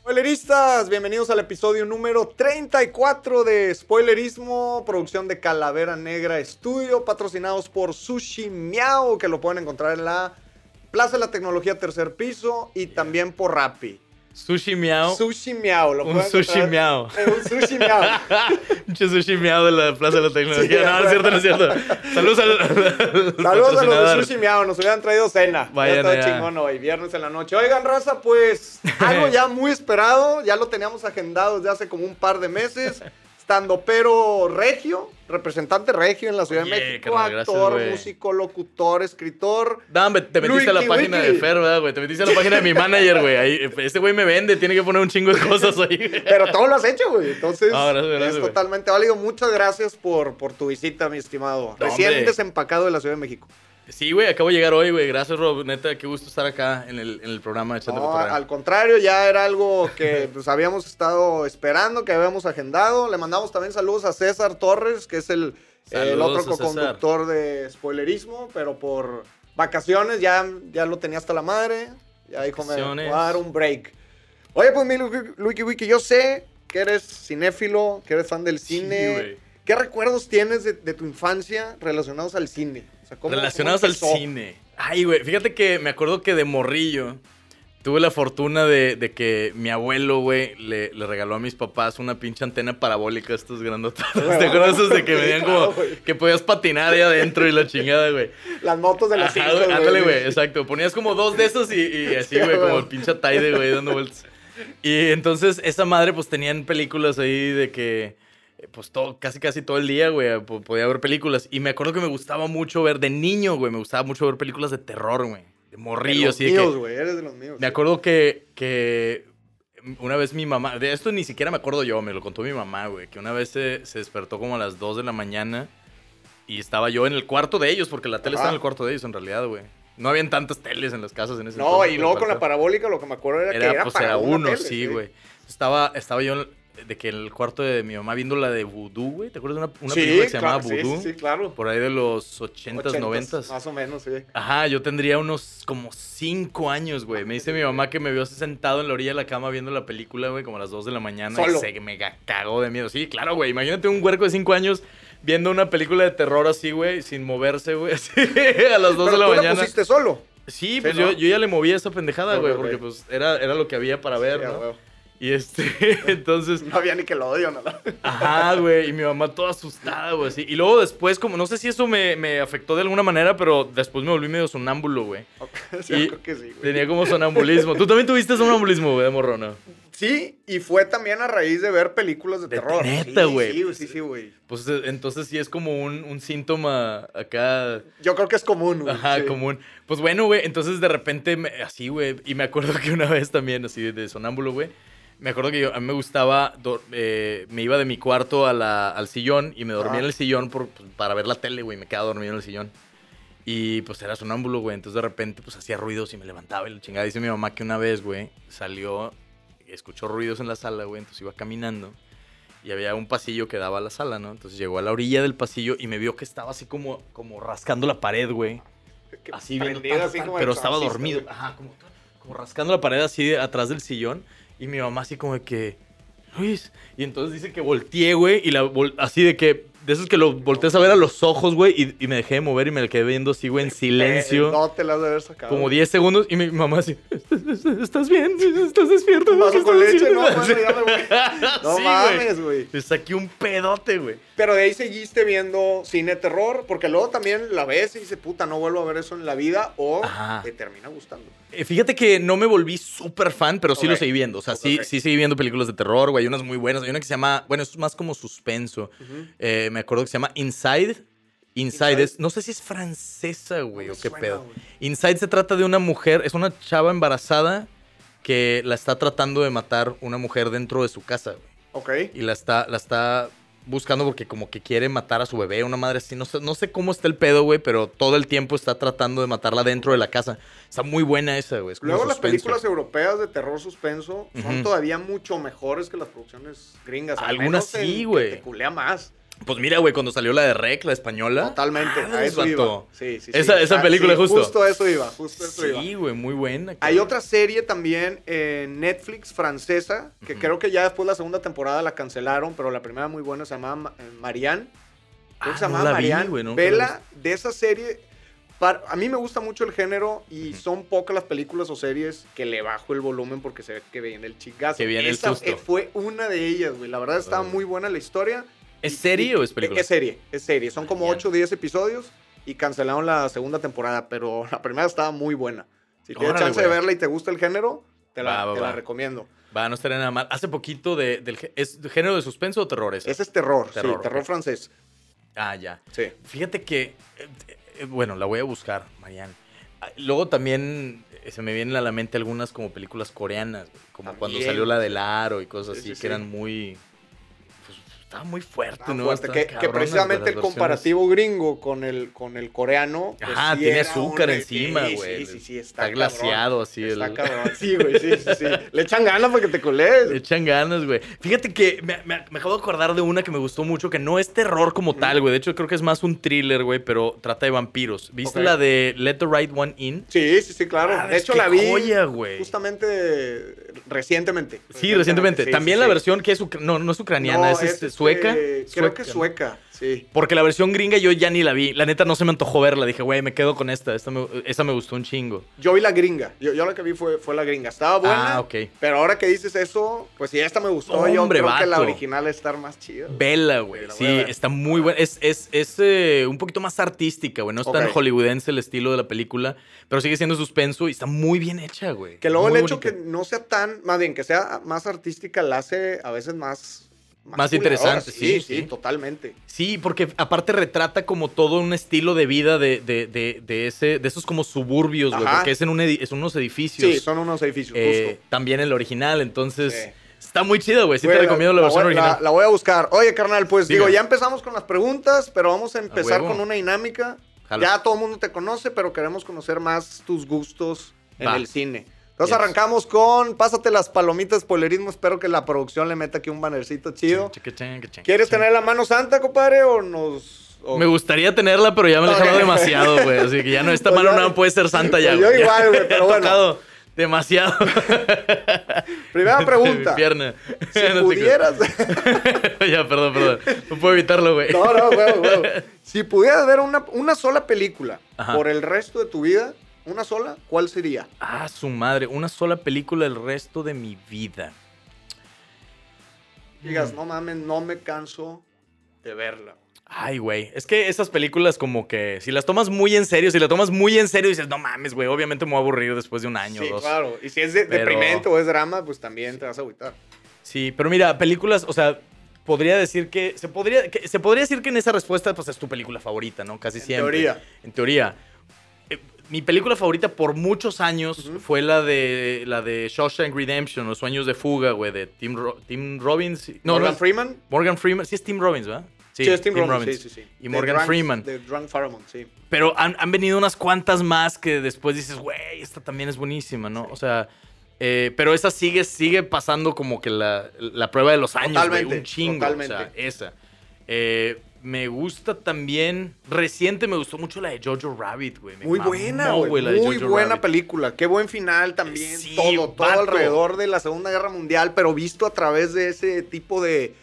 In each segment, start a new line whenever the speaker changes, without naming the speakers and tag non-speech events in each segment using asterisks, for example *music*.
Spoileristas, bienvenidos al episodio número 34 de Spoilerismo, producción de Calavera Negra Estudio, patrocinados por Sushi Miao, que lo pueden encontrar en la Plaza de la Tecnología Tercer Piso y también por Rappi.
Sushi miau.
Sushi Miao, lo
un
pueden
sushi
encontrar-
miau.
Eh, un sushi miao.
Mucho sushi miau de la Plaza de la Tecnología.
Sí,
no, no es cierto, no es cierto. Saludos al. al
*laughs* Saludos a los
patrocinador.
de Sushi Miao, nos hubieran traído cena.
Vayan
Vayan
allá.
chingón hoy, viernes en la noche. Oigan, raza, pues
*laughs*
algo ya muy esperado, ya lo teníamos agendado desde hace como un par de meses. Estando pero regio, representante regio en la Ciudad
Oye,
de México,
carnal, gracias,
actor,
güey.
músico, locutor, escritor.
No, me- te metiste a la
Luiki,
página
wiki.
de Fer, ¿verdad, güey? Te metiste a la página de mi manager, güey. Ahí, eh, Este güey me vende, tiene que poner un chingo de cosas ahí. güey.
Pero todo lo has hecho, güey. Entonces,
No, Ah, gracias, gracias,
es
güey.
totalmente válido. Muchas gracias por, por tu visita, mi estimado.
No,
Recién
hombre.
desempacado de la Ciudad de México.
Sí, güey, acabo de llegar hoy, güey. Gracias, Rob. Neta, qué gusto estar acá en el, en el programa de Chat de
No,
Cotorreo.
al contrario, ya era algo que
*laughs*
pues, habíamos estado esperando, que habíamos agendado. Le mandamos también saludos a César Torres, que es el, el
Saludos
otro
a César.
co-conductor de spoilerismo, pero por vacaciones ya, ya lo tenía hasta la madre. Ya dijo, me voy
Vacaciones.
a dar un break. Oye, pues mi Lu- Luiki Wiki, yo sé que eres cinéfilo, que eres fan del
Sí,
cine.
güey.
¿Qué recuerdos tienes de, de tu infancia relacionados al cine? O sea, ¿cómo-
Relacionados
cómo
al
empezó?
cine. Ay, güey, fíjate que me acuerdo que de morrillo tuve la fortuna de, de que mi abuelo, güey, le, le regaló a mis papás una pinche antena parabólica,
*laughs*
estos grandotas.
Güey,
¿Te acuerdas esos de que
sí,
venían
claro,
como
güey.
que podías patinar ahí adentro y la chingada, güey?
Las motos de las
Ajá,
cinco,
güey, ándale, güey, exacto. Ponías como dos de esos y,
*laughs*
y así, güey, como
güey.
el pinche Taide, güey, dando vueltas. Y entonces, esa madre, pues tenían películas ahí de que, eh, pues todo, casi casi todo el día, güey, po- podía ver películas. Y me acuerdo que me gustaba mucho ver, de niño, güey, me gustaba mucho ver películas de terror, güey.
De
De morrillo,
los
así de
míos,
que.
güey, eres de los míos.
Me acuerdo que, que una vez mi mamá, de esto ni siquiera me acuerdo yo, me lo contó mi mamá, güey, que una vez se, se despertó como a las 2 de la mañana y estaba yo en el cuarto de ellos, porque la tele
Ajá.
estaba en el cuarto de ellos en realidad, güey. No habían tantas teles en las casas en ese
No,
entonces,
y
pero
luego con la
parecía-
parabólica lo que me acuerdo era,
era,
que era
pues,
para
era
una
uno,
tele,
sí, güey. Estaba, estaba yo en- de que en el cuarto de mi mamá viendo la de Voodoo, güey. ¿Te acuerdas de una, una
Sí,
película que se
claro,
llamaba
sí, sí,
Voodoo?
Sí, claro.
Por ahí de los 80s,
80s,
90s.
Más o menos, sí.
Ajá, yo tendría unos como cinco años, güey. Me dice mi mamá que me vio sentado en la orilla de la cama viendo la película, güey, como a las 2 de la mañana.
Solo.
Y se mega cagó de miedo. Sí, claro, güey. Imagínate un huerco de cinco años viendo una película de terror así, güey, sin moverse, güey, *laughs* así, a las 2
Pero
de la
tú
mañana.
la pusiste solo.
Sí, pues
Sí,
yo,
¿no?
yo ya le movía esa pendejada,
Ok,
güey,
ok.
porque pues era, era lo que había para ver,
Sí, a
¿no?
huevo.
Y este, *laughs* entonces,
No *laughs* había ni que lo odio, nada.
Ajá, güey. Y mi mamá toda asustada, güey. Así. Y luego después, como, no sé si eso me, me afectó de alguna manera, pero después me volví medio sonámbulo, güey.
Sí,
Y
yo creo que sí, güey.
Tenía como sonambulismo. Tú también tuviste sonambulismo, güey, de morro, ¿no?
Sí, y fue también a raíz de ver películas de,
De
terror.
neta,
Sí,
güey.
Sí, sí, sí, güey.
Pues eh, entonces sí es como un, un síntoma acá.
Yo creo que es común, güey.
Ajá,
sí.
común. Pues bueno, güey, entonces de repente, me- así, güey, y me acuerdo *laughs* que una vez también, así de, de sonámbulo, güey, me acuerdo que yo, a mí me gustaba, dor- eh, me iba de mi cuarto a la- al sillón y me dormía
Ah.
en el sillón por- pues, para ver la tele, güey, me quedaba dormido en el sillón. Y pues era sonámbulo, güey, entonces de repente pues hacía ruidos y me levantaba y la chingada. Dice mi mamá que una vez, güey, salió, escuchó ruidos en la sala, güey, entonces iba caminando. Y había un pasillo que daba a la sala, ¿no? Entonces llegó a la orilla del pasillo y me vio que estaba así como, como rascando la pared, güey
Que
así viendo
prendido
tan,
así
tan,
como
pero
el
estaba
exorcista,
dormido
güey.
ajá como, como rascando la pared así de- atrás del sillón y mi mamá así como de que Luis y entonces dice que volteé güey y la vol- así de que de esos que lo volteas a ver a los ojos güey y, y me dejé de mover y me quedé viendo así güey en
Eh,
silencio
No te la has de haber sacado.
como
güey.
10 segundos y mi mamá así estás bien estás despierto
Un vaso
¿Qué
con
estás *laughs*
leche, no,
haciendo?"
bueno, ya me voy. No
Sí, güey.
mames, güey.
Le saqué un pedote güey
Pero de ahí seguiste viendo cine terror, porque luego también la ves y dices, puta, no vuelvo a ver eso en la vida, o
Ajá.
te termina gustando.
Eh, Fíjate que no me volví súper fan, pero sí
Ok.
lo seguí viendo. O sea,
Ok,
sí,
ok.
sí seguí viendo películas de terror, güey. Hay unas muy buenas. Hay una que se llama, bueno, es más como suspenso. Eh, me acuerdo que se llama Inside. Inside,
Inside.
es, no sé si es francesa, güey,
No
o
me
qué
suena,
pedo.
güey.
Inside se trata de una mujer, es una chava embarazada que la está tratando de matar una mujer dentro de su casa, güey
Ok.
y la está, la está buscando porque como que quiere matar a su bebé, una madre así. No sé, no sé cómo está el pedo, güey, pero todo el tiempo está tratando de matarla dentro de la casa. Está muy buena esa, güey. es como
Luego las
suspenso.
películas europeas de terror suspenso son
Ujú.
todavía mucho mejores que las producciones gringas. al menos
Algunas
en
sí,
que
güey.
Te culea más.
Pues mira, güey, cuando salió la de Rec, la española.
Totalmente,
Ah,
a eso iba.
vato.
Sí, sí, sí.
Esa- esa
Ah,
película,
sí,
justo.
Justo eso iba, justo eso iba.
Sí, güey, muy buena.
Hay
cabrón.
otra serie también en Netflix francesa, que creo que ya después la segunda temporada la cancelaron, pero la primera muy buena se llamaba Ma- eh, Marianne. Creo
Ah,
que se
no
llamaba
la vi,
Marianne.
güey, nunca la
Vela de esa serie. par- a mí me gusta mucho el género y
Ujú.
son pocas las películas o series que le bajo el volumen porque se ve que viene el chingazo.
Que viene el
Esa,
susto.
eh, fue una de ellas, güey. La verdad estaba
Órale.
muy buena la historia.
¿Es serie o es película? Ah,
Es serie, es serie. Son como
Marianne.
8 o 10 episodios y cancelaron la segunda temporada, pero la primera estaba muy buena. Si tienes
Órale,
chance de
güey.
verla y te gusta el género, te la,
Va, va,
te la
va.
recomiendo.
Va, no estaría nada mal. Hace poquito de, del gé- ¿Es género de suspenso o terror esa?
Ese es terror,
Terror,
sí, terror
ok.
francés.
Ah, ya.
Sí.
Fíjate que. eh, eh, bueno, la voy a buscar, Marianne. Ah, Luego también eh, se me vienen a la mente algunas como películas coreanas, güey, como cuando
También.
salió la del aro y cosas
Sí,
así,
sí,
que
sí.
eran muy. Pues, estaba muy fuerte,
Ah,
¿no?
fuerte,
Estaban
que, que
cabronas, güey,
precisamente
las
el
versiones.
comparativo gringo con el, con el coreano. pues,
Ajá,
sí
tiene
era
azúcar
un- este,
encima,
sí,
güey.
Sí, sí, sí, está,
Está
cabrón.
glaciado así
Está
el.
cabrón. Sí, güey, sí, sí,
*laughs*
sí. Le echan ganas para que te colees.
Le echan ganas, güey. Fíjate que me, me- me acabo de acordar de una que me gustó mucho, que no es terror como tal, güey. De hecho, creo que es más un thriller, güey, pero trata de vampiros. ¿Viste
Ok.
la de Let the Right One In?
Sí, sí, sí, claro.
Ah,
de
es
hecho,
que
la vi
joya, güey.
justamente eh, recientemente.
Sí, recientemente.
Sí,
También
sí,
la
sí.
versión que es uc- no, no es
No,
ucraniana, es, este,
este,
sueca.
Creo que es sueca, sí.
Porque la versión gringa yo ya ni la vi. La neta no se me antojó verla. Dije, güey, me quedo con esta. Esta me, esa me gustó un chingo.
Yo vi la gringa. Yo, yo la que vi fue, fue la gringa. Estaba buena.
Ah, ok.
Pero ahora que dices eso, pues si esta me gustó, yo
Hombre,
creo que la
vato.
original está más chida.
Vela, güey.
la voy a
Sí,
ver. Ah.
está muy buena. Es, es, es, eh, un poquito más artística, güey. No es tan
Ok.
hollywoodense el estilo de la película, pero sigue siendo suspenso y está muy bien hecha, güey.
Que luego
Muy
el hecho
bonita.
que no sea tan, más bien, que sea más artística, la hace a veces más...
Más
culeadora.
interesante,
sí,
sí, sí.
totalmente.
Sí, porque aparte retrata como todo un estilo de vida de, de, de, de ese, de esos como suburbios, güey.
Ajá.
Porque es en, un edi- es unos edificios.
Sí, son unos edificios,
eh,
justo.
también el original, entonces
Sí.
está muy chido, güey. Sí te
Güey,
recomiendo la, versión
voy-
original.
La, voy a buscar. Oye, carnal, pues
Diga.
digo, ya empezamos con las preguntas, pero vamos a empezar
huevo.
con una dinámica.
Jalo.
Ya todo el mundo te conoce, pero queremos conocer más tus gustos en
Va.
el cine. Entonces
Yes.
arrancamos con Pásate las palomitas polerismo. Espero que la producción le meta aquí un bannercito chido.
Chin, chica, chin, chin,
¿Quieres
chin.
tener la mano santa, compadre? ¿O nos.? o-
Me gustaría tenerla, pero ya me la he
Ok.
jalado demasiado, güey. Así que ya no, esta
Pues
mano
yo-
no puede ser santa ya,
pues yo
güey. *laughs* Ya
igual, güey,
me
pero
ha
bueno.
tocado demasiado. *laughs*
Primera pregunta.
Mi pierna.
Si
*laughs* No te
pudieras. *laughs*
creo. ya, perdón, perdón. No puedo evitarlo, güey.
no, no, huevo,
*laughs*
huevo. Si pudieras ver una, una sola película
Ajá.
por el resto de tu vida, una sola, ¿cuál sería?
Ah, su madre. Una sola película el resto de mi vida. Mm.
digas, no mames, no me canso de verla.
Ay, güey. Es que esas películas como que si las tomas muy en serio, si las tomas muy en serio dices, no mames, güey, obviamente me voy a aburrir después de un año o
sí,
dos.
claro. Y si es de-
Pero-
deprimente o es drama, pues también te vas a agüitar.
Sí, pero mira, películas, o sea, podría decir que se podría, que- se podría decir que en esa respuesta pues es tu película favorita, ¿no? Casi
En
siempre.
teoría.
En teoría. Eh, Mi película favorita por muchos años
Ujú.
fue la de la de Shawshank Redemption, Los Sueños de Fuga, güey, de Tim, Ro- Tim Robbins. No,
Morgan
no,
Freeman.
Morgan Freeman. Sí es Tim Robbins, ¿verdad?
es Tim Robbins, sí, sí, sí.
Y
The
Morgan
Drunk-
Freeman.
De Drunk Faramond, sí.
Pero han, han venido unas cuantas más que después dices, güey, esta también es buenísima, ¿no? O sea, eh, pero esa sigue, sigue pasando como que la, la prueba de los años, güey,
Totalmente,
un chingo.
totalmente.
O sea, esa. Eh, me gusta también, reciente me gustó mucho la de Jojo Rabbit, güey. me
Muy
mamó,
buena,
güey,
güey.
la de
Muy
Jojo
buena
Rabbit.
película. Qué buen final también.
Sí,
todo, todo
vato.
alrededor de la Segunda Guerra Mundial, pero visto a través de ese tipo de,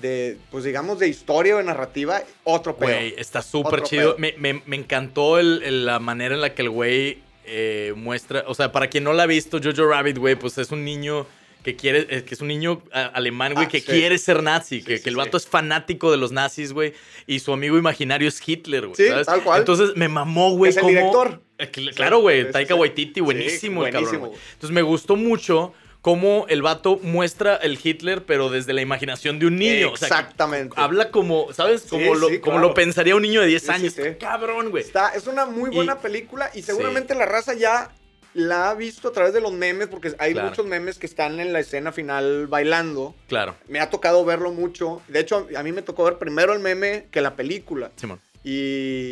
de pues digamos, de historia o de narrativa. Otro pedo.
Güey, está súper
Otro
chido.
pedo.
Me, me- me encantó el- el- la manera en la que el güey eh, muestra. O sea, para quien no la ha visto, Jojo Rabbit, güey, pues es un niño que quiere. eh, que es un niño a- alemán, güey,
Ah,
que
sí.
quiere ser nazi.
Sí,
que,
sí,
que el
sí.
vato es fanático de los nazis, güey. Y su amigo imaginario es Hitler, güey.
Sí,
¿sabes?
tal cual.
Entonces me mamó, güey.
Es el
cómo-
director.
Eh, cl- Claro, güey.
Sí, sí,
Taika
sí.
Waititi,
Sí,
buenísimo, el cabrón.
buenísimo,
güey.
güey.
Entonces me gustó mucho. Cómo el vato muestra el Hitler, pero desde la imaginación de un niño. O sea, que-
Exactamente.
Habla como, ¿sabes? Como,
Sí,
lo,
sí,
como
claro.
lo pensaría un niño de 10
Sí, sí,
años.
sí.
Está Cabrón, güey.
Está- es una muy buena película y seguramente la raza ya la ha visto a través de los memes, porque hay
Claro.
muchos memes que están en la escena final bailando.
Claro,
Me ha tocado verlo mucho. De hecho, a mí me tocó ver primero el meme que la película.
Simón.
Y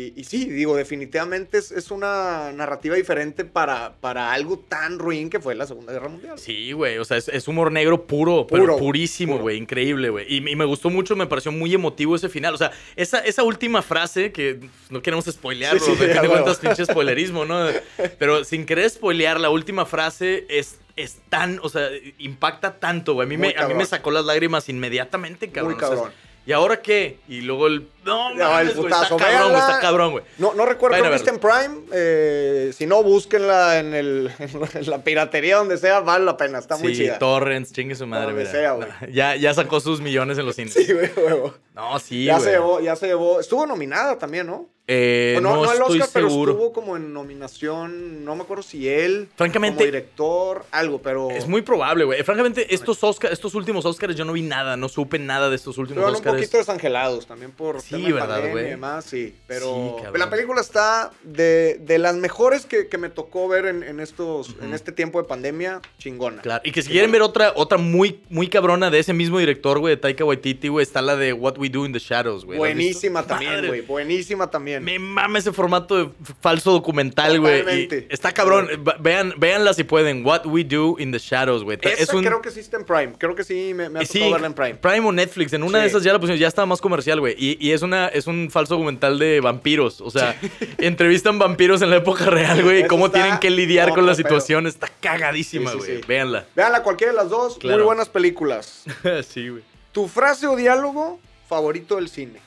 Y, y sí, digo, definitivamente es, es una narrativa diferente para, para algo tan ruin que fue la Segunda Guerra Mundial.
Sí, güey. O sea, es, es humor negro puro, pero
Puro,
purísimo,
puro.
güey. Increíble, güey. Y, y me gustó mucho, me pareció muy emotivo ese final. O sea, esa, esa última frase que no queremos spoilearlo,
Sí, sí,
güey,
ya,
fin de
güey.
cuentas, pinche spoilerismo, ¿no?
*laughs*
Pero sin querer spoilear, la última frase es, es tan, o sea, impacta tanto, güey. A mí,
Muy
me, a mí
cabrón.
me sacó las lágrimas inmediatamente, cabrón.
Muy
O sea,
cabrón.
¿Y ahora qué? Y luego el. No,
Ya,
mames,
el
güey, está
putazo,
cabrón, güey.
véanla.
Está cabrón, güey.
No, no recuerdo,
Vayan a
creo que está en Prime. eh, si no, búsquenla en, el, *laughs* en la piratería, donde sea, vale la pena. Está muy
sí,
chida.
Torrents, chingue su madre,
donde
mira.
sea, güey.
*laughs* ya, ya sacó sus millones en los cines.
Sí, güey, huevo.
No, sí,
ya,
güey.
se llevó, ya se llevó. Estuvo nominada también, ¿no?
Eh,
O no, no al
estoy
Oscar, pero
seguro.
estuvo como en nominación. No me acuerdo si él.
Francamente-
Como director, algo, pero.
Es muy probable, güey. Francamente, estos Oscar, estos últimos Oscars yo no vi nada, no supe nada de estos últimos
Fueron un
Oscars.
poquito desangelados también por
Sí,
tema de
¿verdad,
pandemia
güey?
y demás, sí.
Sí,
Pero
cabrón.
la película está de, de las mejores que, que me tocó ver en, en estos,
Ujú.
en este tiempo de pandemia, chingona.
Claro. Y que si quieren ver otra, otra muy, muy cabrona de ese mismo director, güey, de Taika Waititi, güey, está la de What We Do in the Shadows, güey. ¿La has visto?
Buenísima también,
Madre,
güey. Buenísima también.
Me mama ese formato de falso documental, güey. y
Totalmente.
Está cabrón. Eh, va- Vean, véanla si pueden. What We Do in the Shadows, güey. Ta-
Esa creo que sí está en Prime. Creo que sí me, me ha
Y
tocado verla en Prime.
o Netflix, en una de
Sí.
esas ya la pusieron, ya estaba más comercial, güey. Y, y es, una, es un falso documental de vampiros. O sea, *laughs* entrevistan vampiros en la época real, güey. Y
Eso
cómo
está
tienen que lidiar con
otro
la
pedo.
situación. Está cagadísima,
Sí, sí,
güey.
sí.
Véanla.
*laughs* Veanla, cualquiera de las dos.
Claro.
Muy buenas películas.
sí, güey.
Tu frase o diálogo favorito del cine.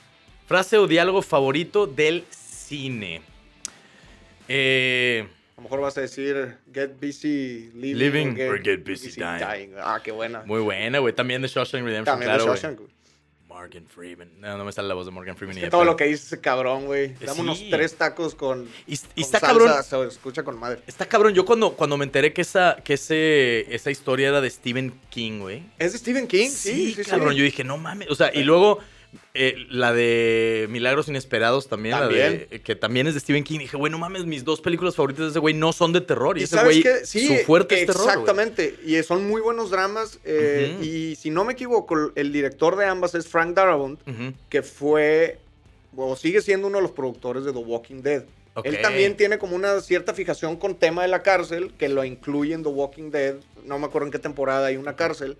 Frase o diálogo favorito del cine. Eh,
A lo mejor vas a decir Get Busy Living,
Living
o
or Get Busy Dying.
Ah, qué buena.
muy buena, güey. También de Shawshank Redemption,
También de
claro, güey.
Shawshank, güey.
Morgan Freeman. No, no me sale la voz de Morgan Freeman. ni de
Todo
pedo.
lo que dice ese cabrón, güey. Dame
pues. Sí.
unos tres tacos con.
Y, y
con
está
salsa,
cabrón.
Se escucha con madre.
Está cabrón, yo cuando, cuando me enteré que esa, que ese, esa historia era de Stephen King, güey.
¿Es de Stephen King? Sí, sí, sí.
cabrón, yo dije, no mames. O sea, y luego eh, la de Milagros Inesperados también, La de,
También.
que también es de Stephen King. Dije, güey, no mames, mis dos películas favoritas de ese güey no son de terror. Y,
¿Y
ese
sabes
güey,
qué? Sí,
su fuerte es terror. güey.
Exactamente. Y son muy buenos dramas. eh,
Ujú.
Y si no me equivoco, el director de ambas es Frank Darabont,
Ujú.
que fue. O sigue siendo uno de los productores de The Walking Dead.
Ok.
Él también tiene como una cierta fijación con tema de la cárcel, que lo incluye en The Walking Dead. No me acuerdo en qué temporada hay una cárcel.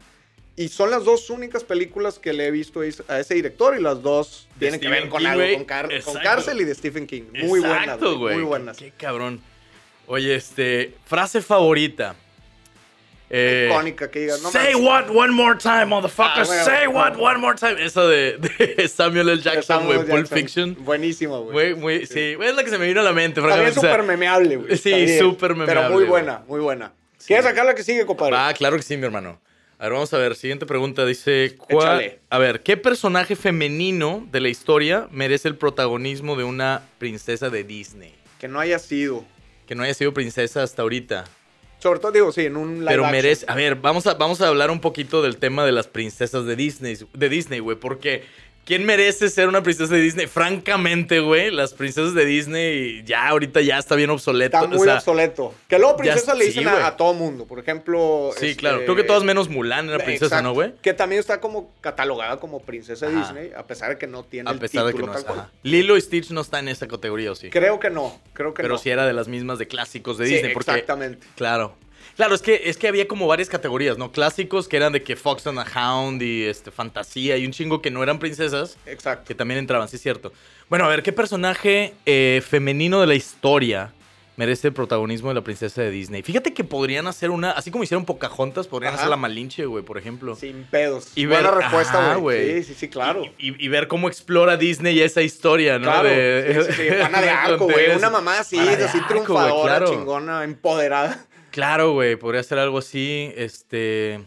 Y son las dos únicas películas que le he visto es- a ese director y las dos
De
tienen que
Stephen
ver con
King,
algo,
güey.
con, car- con
Exacto.
cárcel y de Stephen King. Muy buenas,
Exacto,
güey, Muy
Qué-
buenas.
Qué, cabrón. Oye, este, frase favorita. Eh,
Icónica que digas, no
Say
manches.
what one more time, motherfucker.
Ah, güey,
Say
no.
what one more time. Esa de, de *laughs* Samuel L. Jackson,
Samuel
güey. Pulp
Jackson.
Fiction.
Buenísima, güey.
Güey, muy, sí, güey, es la que se me vino a la mente,
También
francamente. o sea,
súper memeable, güey.
sí,
también.
súper memeable,
Pero muy
güey.
buena, muy buena. ¿Quieres sacar la que sigue, compadre?
Ah, claro que sí, mi hermano. A ver, vamos a ver. Siguiente pregunta. Dice, ¿cuál-
Échale.
a ver, ¿qué personaje femenino de la historia merece el protagonismo de una princesa de Disney?
Que no haya sido.
Que no haya sido princesa hasta ahorita.
Sobre todo, digo, sí, en un live
Pero
action.
merece. A ver, vamos a, vamos a hablar un poquito del tema de las princesas de Disney, de Disney, güey, porque. ¿Quién merece ser una princesa de Disney? Francamente, güey, las princesas de Disney ya ahorita ya está bien obsoleto.
Está muy
o sea,
obsoleto. Que luego
ya-
princesa le
sí,
dicen
güey.
a, a todo mundo. Por ejemplo.
Sí,
este,
claro. Creo que todas menos Mulan era princesa,
exacto,
¿no, güey?
Que también está como catalogada como princesa
Ajá.
Disney, a pesar de que no tiene
A
el
pesar de que
título
no
tal
es.
cual.
ajá. Lilo y Stitch no está en esa categoría, ¿o sí?
Creo que no, creo que
Pero
no.
sí era de las mismas de clásicos de
Sí,
Disney. porque,
exactamente.
Claro. Claro, es que, es que había como varias categorías, ¿no? Clásicos que eran de que Fox and the Hound y este, Fantasía y un chingo que no eran princesas.
Exacto.
Que también entraban, sí es cierto. Bueno, a ver, ¿qué personaje eh, femenino de la historia merece el protagonismo de la princesa de Disney? Fíjate que podrían hacer una, así como hicieron Pocahontas, podrían
Ajá.
hacer la Malinche, güey, por ejemplo.
Sin pedos.
Y
Buena
ver- ajá,
respuesta,
güey.
güey. Sí, sí, sí, claro.
Y, y ver cómo explora Disney esa historia, ¿no?
Claro,
De- *laughs*
sí, sí, sí, Juana de Arco, güey,
fronteras.
una mamá así,
Juana de
así
Arco, güey,
triunfadora,
claro.
chingona, empoderada.
Claro, güey, podría ser algo así, este...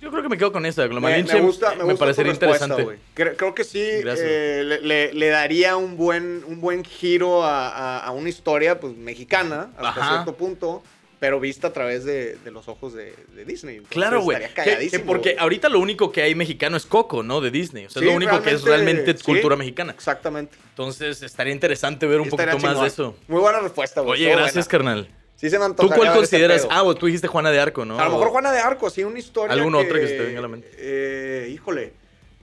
Yo creo que me quedo con esa, con la
Me,
Malinche.
me gusta, me
me
gusta tu
parecería
respuesta,
interesante.
güey. Cre- creo que sí,
Gracias.
eh, le, le- le daría un buen, un buen giro a, a- a una historia pues, mexicana hasta
Ajá.
cierto punto, pero vista a través de, de los ojos de, de Disney. Entonces,
Claro, güey.
estaría
Que- que
cagadísimo,
Porque
güey.
ahorita lo único que hay mexicano es Coco, ¿no? De Disney. O sea, es
Sí,
lo único que es
realmente,
realmente
sí.
cultura mexicana.
Exactamente.
Entonces, estaría interesante ver un
Estaría
poquito más
chingón.
de eso.
Muy buena respuesta, güey.
Oye,
estuvo
gracias,
buena.
carnal.
Sí se me
¿Tú
antojaría
cuál
ver ese
consideras?
pedo.
Ah, o tú dijiste Juana de Arco, ¿no?
A lo mejor
O-
Juana de Arco, sí, una historia.
¿Alguna
que,
otra que se te venga a la mente?
eh, híjole.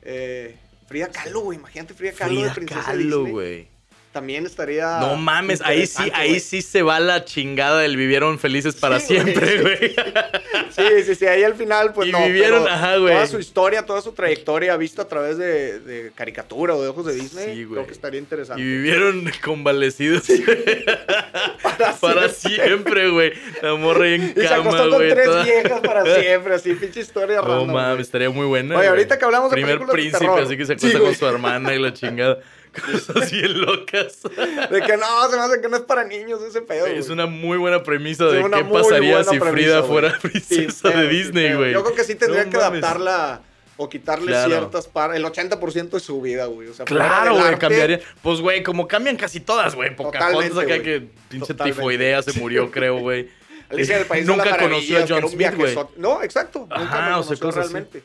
eh, Frida Kahlo, güey. Imagínate Frida Kahlo de
Frida
Princesa
Kahlo,
Disney.
güey.
También estaría.
no mames, ahí sí,
interesante,
ahí
güey.
sí se va la chingada del vivieron felices para
Sí, güey,
siempre, güey.
Sí, sí, sí. Ahí al final, pues
Y
no.
vivieron,
pero
ajá, güey.
Toda su historia, toda su trayectoria vista a través de, de caricatura o de ojos de Disney.
Sí, güey.
creo que estaría interesante.
Y vivieron convalecidos *laughs*
para,
para
siempre.
siempre, güey. La morra ahí en
Y se
cama,
acostó con
güey.
tres
toda-
viejas para
*laughs*
siempre, así, pinche historia
No
random.
Oh, mames,
güey.
estaría muy
Oye,
buena. güey.
ahorita que hablamos de
Primer
películas de
príncipe,
terror.
así que
Sí,
se acuesta
güey.
con su hermana y
*laughs*
la chingada. Cosas bien locas.
De que no, se me hace que no es para niños ese pedo.
Es
güey.
una muy buena premisa
Sí,
de
una
qué
muy
pasaría
buena
si
premisa,
Frida
güey.
fuera
Sí,
princesa
feo,
de
sí,
Disney,
feo.
güey.
Yo creo que sí tendrían
No
que
mames.
adaptarla o quitarle
Claro.
ciertas partes, el 80% de su vida, güey. O sea, fuera
Claro,
del
güey,
arte,
cambiaría. Pues, güey, como cambian casi todas, güey. Pocahontas
Totalmente,
acá
güey.
que pinche
Totalmente.
tifoidea se murió,
*laughs*
creo, güey.
Alicia del País de
Nunca
las
conoció a
Maravillas, que
John
era un
Smith, güey.
viajezote. No, exacto. Nunca
Ajá,
lo
o sea,
conoció
cosas así.
realmente.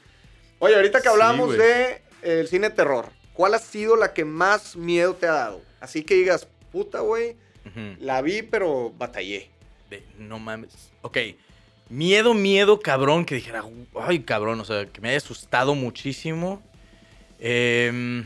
Oye, ahorita que
Sí,
hablamos
güey.
de eh, el cine terror, ¿cuál ha sido la que más miedo te ha dado? Así que digas, puta, güey,
Ujú.
la vi, pero batallé.
De- No mames. Ok. Miedo, miedo, cabrón, que dijera, ay, cabrón, o sea, que me haya asustado muchísimo. Em,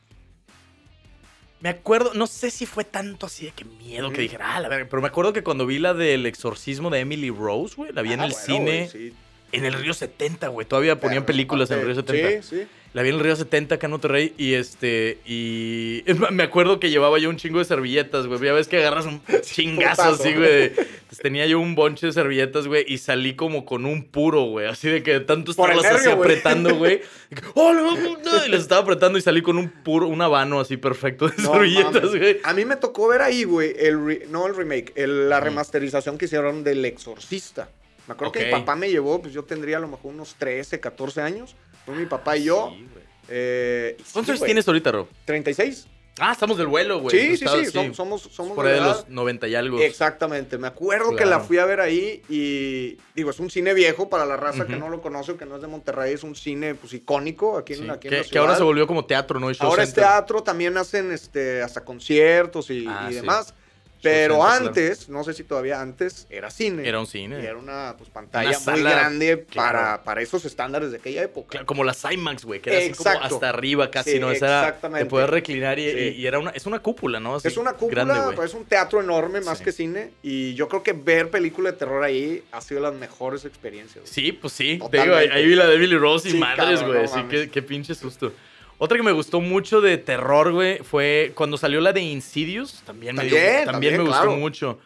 *laughs* me acuerdo, no sé si fue tanto así de que miedo que
Ujú.
dijera, ah, la verga, pero me acuerdo que cuando vi la del exorcismo de Emily Rose, güey, la vi en
Ah,
el
bueno,
cine.
güey, sí.
En el Río 70, güey. Todavía ponían
Pero,
películas en el Río
aparte,
70.
Sí,
*laughs*
sí.
La vi en el Río 70 acá en Monterrey y este. Y. *laughs* es más, me acuerdo que llevaba yo un chingo de servilletas, güey. Ya ves que
*laughs*
agarras un chingazo
Putazo.
así, güey. Entonces, tenía yo un bonche de servilletas, güey. Y salí como con un puro, güey. Así de que tanto
Por el
estarlas así
nervio, güey.
apretando,
*laughs*
güey. Y que, ¡Oh, no, no! Y les estaba apretando y salí con un puro, un habano así perfecto de
No
servilletas,
mames.
güey.
A mí me tocó ver ahí, güey, el re- no el remake, el- la remasterización que hicieron del Exorcista. Me acuerdo que mi
Ok.
papá me llevó, pues yo tendría a lo mejor unos 13, 14 años. Fue mi papá y yo.
Sí, güey.
Eh, y sí,
¿Cuántos años
güey,
tienes ahorita, Rob?
36.
Ah, estamos del vuelo, güey.
sí,
No
sí,
estaba- pues,
sí, som- Somos, somos
Por
de
ahí de
la
los
edad.
90 y algo.
Exactamente, me acuerdo que la
Claro.
fui a ver ahí y digo, es un cine viejo para la raza que
Ujú.
no lo conoce o que no es de Monterrey, es un cine pues icónico aquí en,
Sí,
aquí en
que,
la
que ahora
ciudad.
se volvió como teatro, ¿no? Y show
Ahora es
center.
teatro, también hacen este, hasta conciertos y,
Ah,
y
sí.
demás. Pero
center, claro.
antes, no sé si todavía antes, era cine.
Era un cine.
Y era una pues, pantalla
Una
muy
sala,
grande
claro.
para, para esos estándares de aquella época.
Claro, como las IMAX, güey, que era así como
Exacto.
hasta arriba casi,
Sí,
¿no? Esa era
exactamente.
de poder reclinar y,
Sí.
y- y era una, es una cúpula, ¿no? Así,
es una cúpula,
grande, güey.
pues, es un teatro enorme más
Sí.
que cine. Y yo creo que ver película de terror ahí ha sido las mejores experiencias. güey.
Sí, pues sí. Te digo, ahí,
Totalmente.
ahí vi la de Billy Rose y
Sí,
madres,
cabrón,
güey.
no
así
mames.
que qué pinche susto. Otra que me gustó mucho de terror, güey, fue cuando salió la de Insidious. También, me, dio-
También,
también
también,
me
claro.
gustó mucho.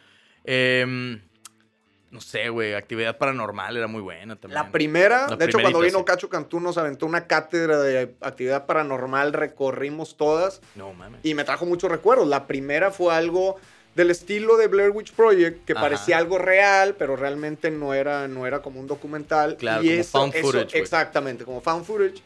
Em, no sé, güey, Actividad Paranormal era muy buena también.
La primera,
La
de hecho, cuando
primerita,
vino
sí.
Cacho Cantú nos aventó una cátedra de actividad paranormal, recorrimos todas.
No, mames.
y me trajo muchos recuerdos. La primera fue algo del estilo de Blair Witch Project, que
Ajá.
parecía algo real, pero realmente no era, no era como un documental.
Claro,
y
como found footage, güey.
exactamente, como fan footage.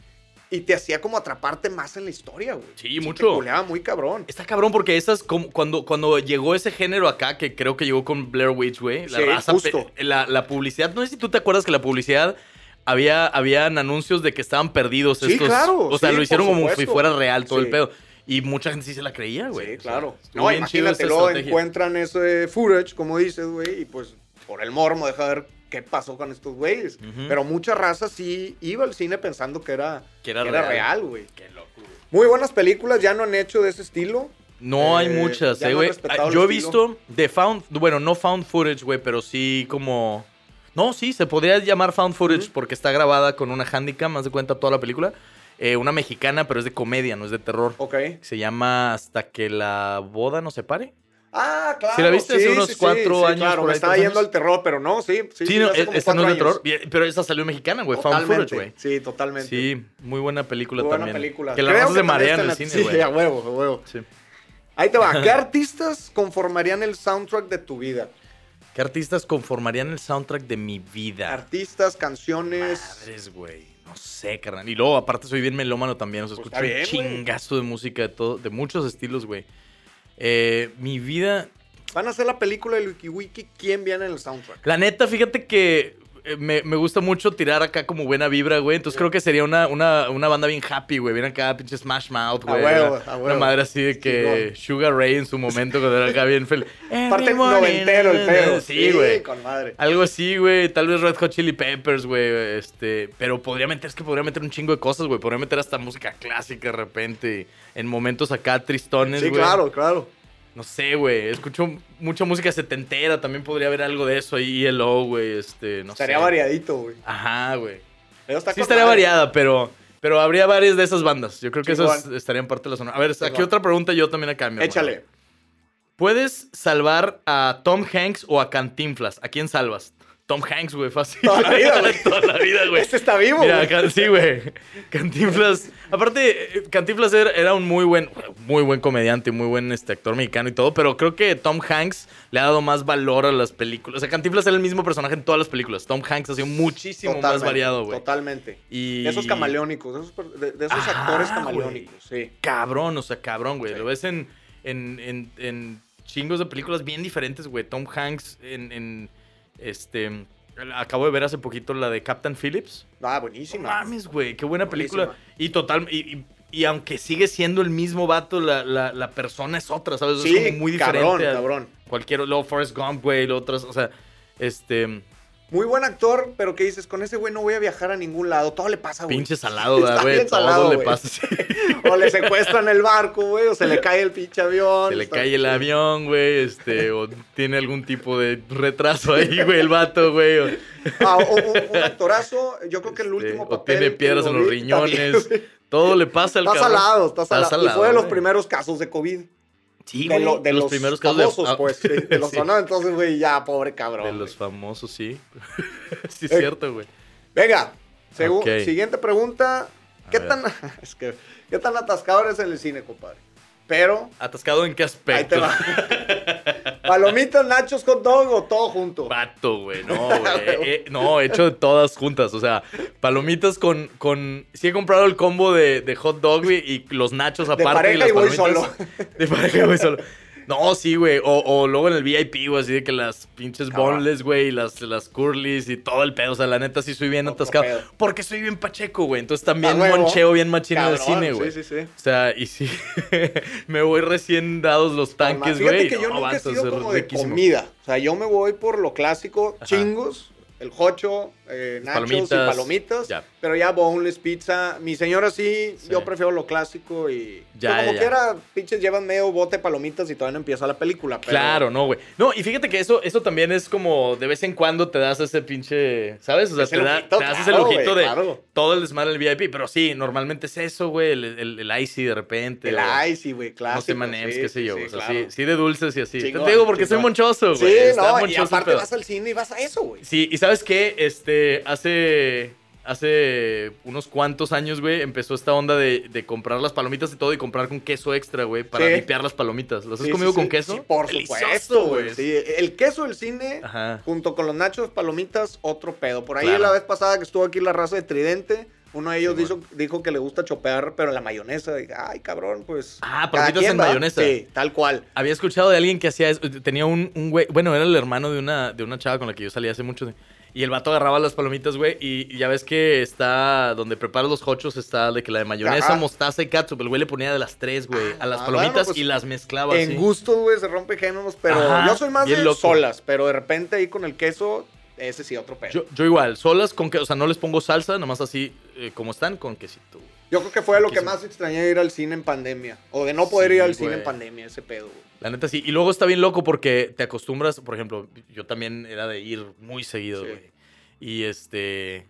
Y te hacía como atraparte más en la historia, güey.
Sí,
Te
mucho.
culeaba muy cabrón.
Está cabrón porque esas, como- cuando, cuando llegó ese género acá, que creo que llegó con Blair Witch, güey, la
Sí,
raza,
justo.
pe- la, la publicidad, no sé si tú te acuerdas que la publicidad había, habían anuncios de que estaban perdidos
Sí,
estos.
claro,
O sea,
sí,
lo hicieron
por
como si
supuesto.
fuera real todo
Sí.
el pedo. Y mucha gente sí se la creía, güey.
sí,
O sea,
claro.
estuvo
No,
bien chido
imagínate,
esa
luego
estrategia.
encuentran ese footage, como dices, güey, y pues por el mormo, deja ver qué pasó con estos güeyes.
Ujú.
Pero mucha raza sí iba al cine pensando que era,
Que era
que era
real.
real, güey.
Qué loco, güey.
Muy buenas películas, ya no han hecho de ese estilo.
No hay
Eh,
muchas,
ya no
eh,
han
güey.
respetado el
Yo he
estilo.
visto de found, bueno, no found footage, güey, pero sí como... No, sí, se podría llamar found footage
Ujú.
porque está grabada con una handicap, más de cuenta toda la película. Eh, una mexicana, pero es de comedia, no es de terror.
Ok.
Se llama Hasta que la boda no se pare.
Ah, claro.
Sí, la viste hace unos cuatro años,
Claro,
por
me
ahí,
estaba
tres
yendo
años.
al terror, pero no, sí. Sí,
Sí,
sí,
no,
hace
es-
como
esta no
cuatro
es de terror,
años.
bien, pero esa salió mexicana, güey, found footage,
Totalmente,
güey.
Sí, totalmente.
Sí, muy buena película
Muy buena
también.
película.
Que la
Creo
raza se
también
marea en
está
el
la-
cine,
Sí,
güey.
a huevo, a huevo.
Sí.
Ahí te
*laughs*
va. ¿Qué artistas conformarían el soundtrack de tu vida?
¿Qué artistas conformarían el soundtrack de mi vida?
Artistas, canciones.
Madres, güey. No sé, carnal. Y luego, aparte, soy bien melómano también. O sea,
Pues
escucho
está
un
bien, güey.
chingazo de música de todo, de muchos estilos, güey. Eh, mi vida.
Van a hacer la película de Wiki Wiki. ¿Quién viene en el soundtrack?
La neta, fíjate que eh, me, me gusta mucho tirar acá como buena vibra, güey. Entonces creo que sería una, una, una banda bien happy, güey. Vienen acá, pinche Smash Mouth, güey.
huevo,
Una-
a
Una
huevo.
madre así de que Sugar Ray en su momento, cuando era acá bien feliz.
Parte
Everybody-
noventero el pedo.
Sí, güey.
Con madre.
Algo así, güey. Tal vez Red Hot Chili Peppers, güey. Este, pero podría meter, es que podría meter un chingo de cosas, güey. Podría meter hasta música clásica de repente. En momentos acá tristones,
Sí,
güey.
claro, claro.
No sé, güey. Escucho mucha música setentera. También podría haber algo de eso ahí. ELO, güey. Este, no
estaría
sé.
variadito, güey.
Ajá, güey.
Pero está
Sí
con
estaría
madre.
variada, pero, pero habría varias de esas bandas. Yo creo que
Chingón.
esas estarían parte de la zona. A ver, aquí
Chingón.
otra pregunta yo también acá. mi hermano.
Échale.
¿Puedes salvar a Tom Hanks o a Cantinflas? ¿A quién salvas? Tom Hanks, güey, fácil.
Toda la vida, güey.
*laughs* Toda la vida, güey.
Este está vivo,
Mira,
güey.
Can- sí, güey. Cantinflas. Aparte, eh, Cantinflas era, era un muy buen, muy buen comediante, muy buen este, actor mexicano y todo, pero creo que Tom Hanks le ha dado más valor a las películas. O sea, Cantinflas era el mismo personaje en todas las películas. Tom Hanks ha sido muchísimo más
Totalmente,
variado, güey.
Totalmente.
Y...
De esos camaleónicos, de esos, per- de, de esos
Ajá,
actores
güey.
camaleónicos, sí.
Cabrón, o sea, cabrón, güey.
Sí.
Lo ves en, en, en, en chingos de películas bien diferentes, güey. Tom Hanks en, en, este... Acabo de ver hace poquito la de Captain Phillips.
Ah,
No
buenísima.
mames, güey, qué buena
Buenísima.
película. Y total, y, y- y aunque sigue siendo el mismo vato, la, la- la persona es otra, ¿sabes?
sí,
es como muy diferente.
cabrón,
a
cabrón.
Cualquier, luego Forrest Gump, güey, luego otras, o sea, este,
Muy buen actor, pero que dices, con ese güey no voy a viajar a ningún lado. Todo le pasa, Ah, güey.
pinche salado, ¿verdad,
Está
güey,
bien
todo
salado,
le
güey.
pasa así.
O le secuestran el barco, güey, o se le cae el pinche avión.
Se le
Está-
cae el avión, güey, este, o tiene algún tipo de retraso ahí, güey, el vato, güey. o-
Ah, o- o- un actorazo, yo creo que el
este,
último
o
papel
tiene
que
piedras
lo
en los
vi, *laughs* está bien,
riñones.
güey.
Todo le pasa al
Está
cabrón.
salado, está salado. Y fue de los
güey.
primeros casos de COVID.
Sí,
de,
güey,
lo- de los,
primeros casos de-
famosos,
ah,
pues. sí,
*laughs*
de los
sí.
sonados, entonces, güey, ya, pobre cabrón.
De los
güey.
famosos, sí. *laughs* sí, es
Eh,
cierto, güey.
Venga, segu-
Ok.
siguiente pregunta.
A
¿Qué
ver.
tan, *laughs* es que, ¿Qué tan atascado eres en el cine, compadre? Pero,
¿Atascado en qué
ahí te
aspecto?
va. *laughs* ¿Palomitas, nachos, hot dog o todo junto?
Vato, güey.
*laughs*
No,
Ah,
güey. Eh, eh, no, he hecho de todas juntas. O sea, palomitas con. con... Sí, he comprado el combo de, de hot dog, güey, y los nachos aparte.
pareja
las
y voy
palomitas. *laughs* De pareja y voy solo. No, sí, güey. O, o luego en el VIP, güey, así de que las pinches
Cabrón.
boneless, güey, y las, las curlies y todo el pedo. O sea, la neta sí soy bien
Otro
atascado.
pedo.
Porque soy bien pacheco, güey. Entonces también
A huevo.
moncheo bien machín en el
Cabrón,
cine, güey.
Sí, sí, sí.
O sea, y sí, *laughs* me voy recién dados los tanques,
Fíjate
güey.
que yo
No,
nunca he
vato,
sido
es
como de
riquísimo.
comida. O sea, yo me voy por lo clásico,
Ajá.
chingos, el jocho, eh,
Las
nachos
palomitas,
y palomitas.
ya.
Pero ya boneless, pizza. Mi señora sí,
Sí.
yo prefiero lo clásico y... pero
Ya,
como
ya, ya.
quiera, pinches llevan medio bote de palomitas y todavía no empieza la película. pero-
Claro, no, güey. No, y fíjate que eso, eso también es como de vez en cuando te das ese pinche, ¿sabes? O sea,
Ese
te, da-
lujito,
te das ese
claro, güey,
lujito de
claro.
todo el desmadre del VIP, pero sí, normalmente es eso, güey, el, el, el icy de repente.
El
o
icy, güey, clásico.
unos M&M's,
sí,
qué sé
sí,
yo,
sí,
o sea,
claro.
sí, sí de dulces y así.
Chingón,
te digo porque soy
chingón.
monchoso, güey.
Sí,
Está
no, y
monchoso el
aparte
pedo.
vas al cine y vas a eso, güey.
Sí, y sabes qué, este, hace, hace unos cuantos años, güey, empezó esta onda de, de comprar las palomitas y todo y comprar con queso extra, güey, para
Sí.
dipear las palomitas. ¿Los has
Sí,
comido
sí,
con
sí,
queso?
Sí, por
Delicioso,
supuesto, güey. Sí, el queso del cine,
Ajá.
junto con los nachos, palomitas, otro pedo. Por ahí
Claro.
la vez pasada que estuvo aquí la raza de Tridente, uno de ellos
Sí,
dijo, dijo que le gusta chopear, pero la mayonesa. Dije, Ay, cabrón, pues.
Ah,
cada
palomitas
quien,
en
¿verdad?
mayonesa.
Sí, tal cual.
Había escuchado de alguien que hacía eso. Tenía un, un güey. Bueno, era el hermano de una, de una chava con la que yo salí hace mucho. Y el vato agarraba las palomitas, güey. Y, y ya ves que está. Donde preparas los hochos está de que la de mayonesa,
Ajá.
mostaza y catsup. El güey le ponía de las tres, güey. a las
ah,
palomitas
bueno, pues,
y las mezclaba.
en
así.
gusto, güey, se rompe géneros, pero
Ah, Ajá,
yo soy más
bien
de
loco.
solas, pero de repente ahí con el queso, ese sí, otro pedo.
Yo,
Yo,
yo igual, solas con que, o sea, no les pongo salsa, nomás así eh, como están, con quesito. güey.
creo que fue lo que
Riquísimo.
más extrañé de ir al cine en pandemia, o de no poder
Sí,
ir al
güey.
cine en pandemia, ese pedo, güey.
La neta sí. Y luego está bien loco porque te acostumbras, por ejemplo, yo también era de ir muy seguido,
Sí.
güey. Y este.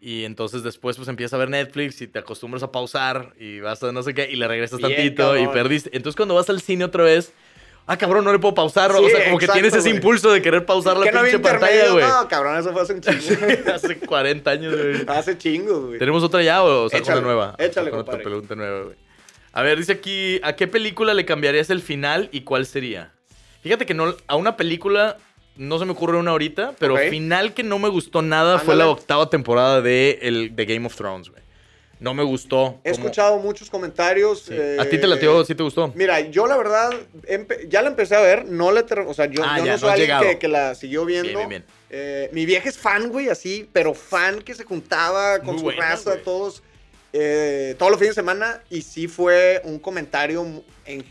Y entonces después pues empiezas a ver Netflix y te acostumbras a pausar y vas a no sé qué y le regresas
Bien,
tantito y
cabrón.
perdiste. Entonces cuando vas al cine otra vez, ah cabrón, no le puedo pausar.
Sí,
o sea, como que
exacto,
tienes ese
güey.
impulso de querer pausar la
Que no había
pinche pantalla,
intermedio,
güey.
No, cabrón, eso fue hace un
*laughs*
chingo.
Hace 40 años, güey.
hace chingos, güey.
¿Tenemos otra ya o saco
Échale,
una nueva?
échale,
Saco otra
compadre.
pregunta nueva, güey. A ver, dice aquí, ¿a qué película le cambiarías el final y cuál sería? Fíjate que no, a una película no se me ocurre una ahorita, pero
Ok.
final que no me gustó nada fue
Ándale.
la octava temporada de, el, de Game of Thrones, güey. No me gustó.
He
cómo-
escuchado muchos comentarios.
Sí. ¿A ti te latió? ¿Sí te gustó?
Mira, yo la verdad, empe- ya la empecé a ver, no la ter- O sea, yo,
Ah,
yo
ya,
no
no
soy
has
alguien
llegado.
que, que la siguió viendo.
Bien, bien, bien.
Eh, mi vieja es fan, güey, así, pero fan que se juntaba con
Muy
su
buena,
raza,
güey.
todos, eh, todos los fines de semana. Y sí fue un comentario en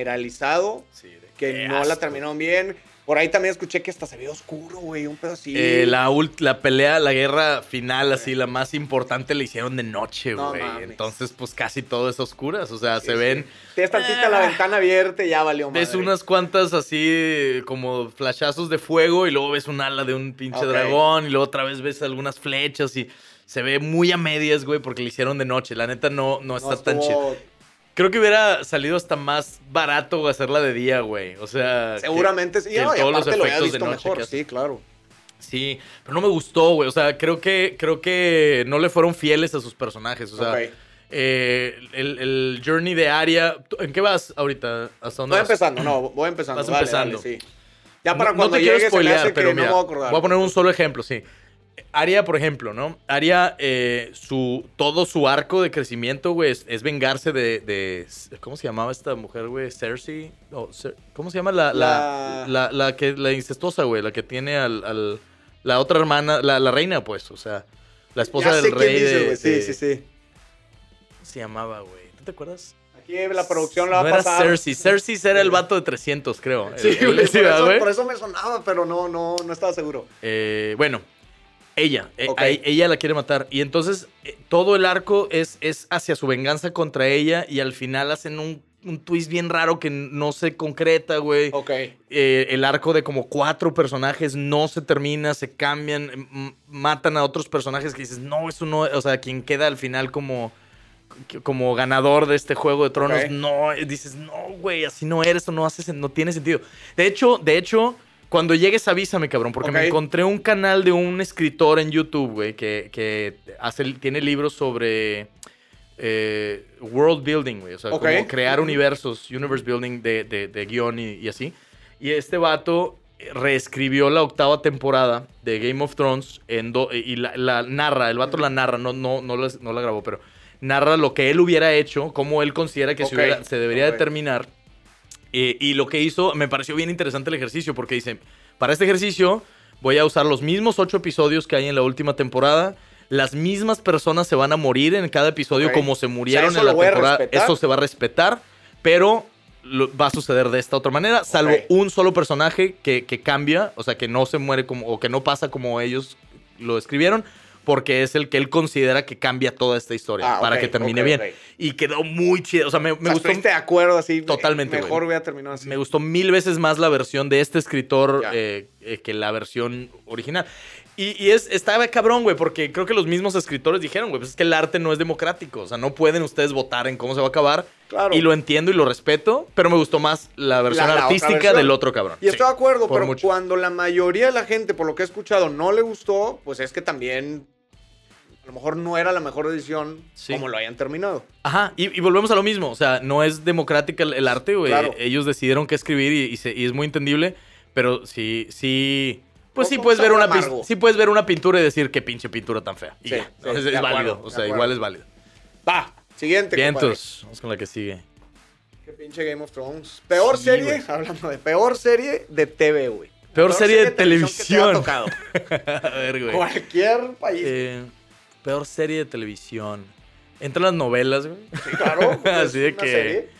generalizado
Sí, de-
que
qué
no la
asco.
terminaron bien. Por ahí también escuché que hasta se vio oscuro, güey, un pedo así.
Eh, la, ult- la pelea, la guerra final, así, la más importante, la hicieron de noche,
No
güey.
mames.
Entonces, pues casi todo es a oscuras. O sea,
Sí,
se
sí.
ven.
Tienes tantita la
Ah.
ventana abierta y ya valió más.
Ves unas cuantas así como flashazos de fuego y luego ves un ala de un pinche
Ok.
dragón y luego otra vez ves algunas flechas y se ve muy a medias, güey, porque le hicieron de noche. La neta no, no está tan chido. Creo que hubiera salido hasta más barato hacerla de día, güey. O sea, que-
Seguramente sí.
que
no, y
todos los
aparte lo había
efectos de
visto
noche que
mejor,
hace.
sí, claro.
sí, pero no me gustó, güey. O sea, creo que creo que no le fueron fieles a sus personajes. O sea,
Ok.
eh, el, el journey de Aria, ¿tú- ¿en qué vas ahorita? ¿Hasta dónde
Voy
vas?
empezando, no, voy empezando.
Vas
dale,
empezando.
dale, sí. Ya para
no,
cuando
no te
llegue
quiero
se me hace
spoilear,
que
pero
no
mira,
me voy a acordar.
voy a poner un solo ejemplo, sí. Aria, por ejemplo, ¿no? Aria, eh, su, todo su arco de crecimiento, güey, es, es vengarse de, de- ¿Cómo se llamaba esta mujer, güey? Cersei. No, Cer- ¿Cómo se llama la... La, la... la que, la incestuosa, güey, la que tiene al... al- la otra hermana, la, la reina, pues, o sea, la esposa
Ya sé
del
quién
rey
dices,
de-
güey, Sí,
de-
sí, sí.
¿Cómo se llamaba, güey? ¿Tú te acuerdas?
Aquí la producción la
no
va a
era
pasar.
Cersei. Cersei era el vato de 300, creo.
Sí,
El- el-
güey, por,
¿verdad,
eso,
güey?
por eso me sonaba, pero no, no, no estaba seguro.
Eh, bueno, ella, eh,
Ok.
a- ella la quiere matar. Y entonces eh, todo el arco es, es hacia su venganza contra ella y al final hacen un, un twist bien raro que no se concreta, güey.
Ok.
Eh, el arco de como cuatro personajes no se termina, se cambian, m- matan a otros personajes que dices, no, eso no, o sea, quien queda al final como, como ganador de este juego de tronos,
Ok.
no, eh, dices, no, güey, así no eres, eso no haces, no tiene sentido. De hecho, de hecho, cuando llegues avísame, cabrón, porque
Ok.
me encontré un canal de un escritor en YouTube, güey, que, que hace, tiene libros sobre eh, world building, güey. O sea,
Ok.
como crear universos, universe building de, de, de guión y, y así. Y este vato reescribió la octava temporada de Game of Thrones en do- y la, la narra, el vato la narra, no, no, no, la, no la grabó, pero narra lo que él hubiera hecho, cómo él considera que se,
Ok.
hubiera- se debería
Ok.
de terminar. Eh, y lo que hizo, me pareció bien interesante el ejercicio, porque dice, para este ejercicio voy a usar los mismos ocho episodios que hay en la última temporada. Las mismas personas se van a morir en cada episodio
Ok.
como se murieron
eso
en la
lo voy a
temporada.
respetar.
Eso se va a respetar, pero lo- va a suceder de esta otra manera, salvo
Ok.
un solo personaje que, que cambia, o sea, que no se muere como, o que no pasa como ellos lo escribieron, porque es el que él considera que cambia toda esta historia
Ah,
para
ok,
que termine
ok,
bien.
ok.
Y quedó muy chido, o sea, me, me
Me
gustó.
Estuviste de acuerdo así. eh,
Totalmente,
Mejor
güey.
hubiera terminado así.
Me gustó mil veces más la versión de este escritor
Ya.
eh, eh, que la versión original. Y, y es, estaba cabrón, güey, porque creo que los mismos escritores dijeron, güey, pues es que el arte no es democrático. O sea, no pueden ustedes votar en cómo se va a acabar.
Claro.
Y lo entiendo y lo respeto, pero me gustó más la versión
La- la otra
artística
versión.
del otro cabrón.
Y estoy de acuerdo,
por
pero
mucho.
cuando la mayoría de la gente, por lo que he escuchado, no le gustó, pues es que también a lo mejor no era la mejor decisión
Sí.
como lo hayan terminado.
Ajá, y, y volvemos a lo mismo. O sea, no es democrática el, el arte, güey.
Claro.
Ellos decidieron qué escribir y, y se- y es muy entendible, pero sí, sí. Pues
Un-
sí
un
puedes, ver
sabor
una, pis-
amargo.
sí puedes ver una pintura y decir qué pinche pintura tan fea. Y
Sí,
ya.
sí,
Entonces
de
es
acuerdo,
válido.
de
O sea,
acuerdo.
igual es válido.
Va, siguiente. compadre.
Vientos. Vamos con la que sigue. *laughs*
Qué pinche Game of Thrones. Peor
Sí,
serie,
güey.
*laughs* hablando de peor serie de TV, güey.
Peor serie de
que
televisión.
te
*laughs*
haya
a ver,
tocado.
güey.
Cualquier país.
Eh, peor serie de televisión. Entran las novelas, güey.
Sí,
*laughs*
claro. pues,
así de
una
que-
serie.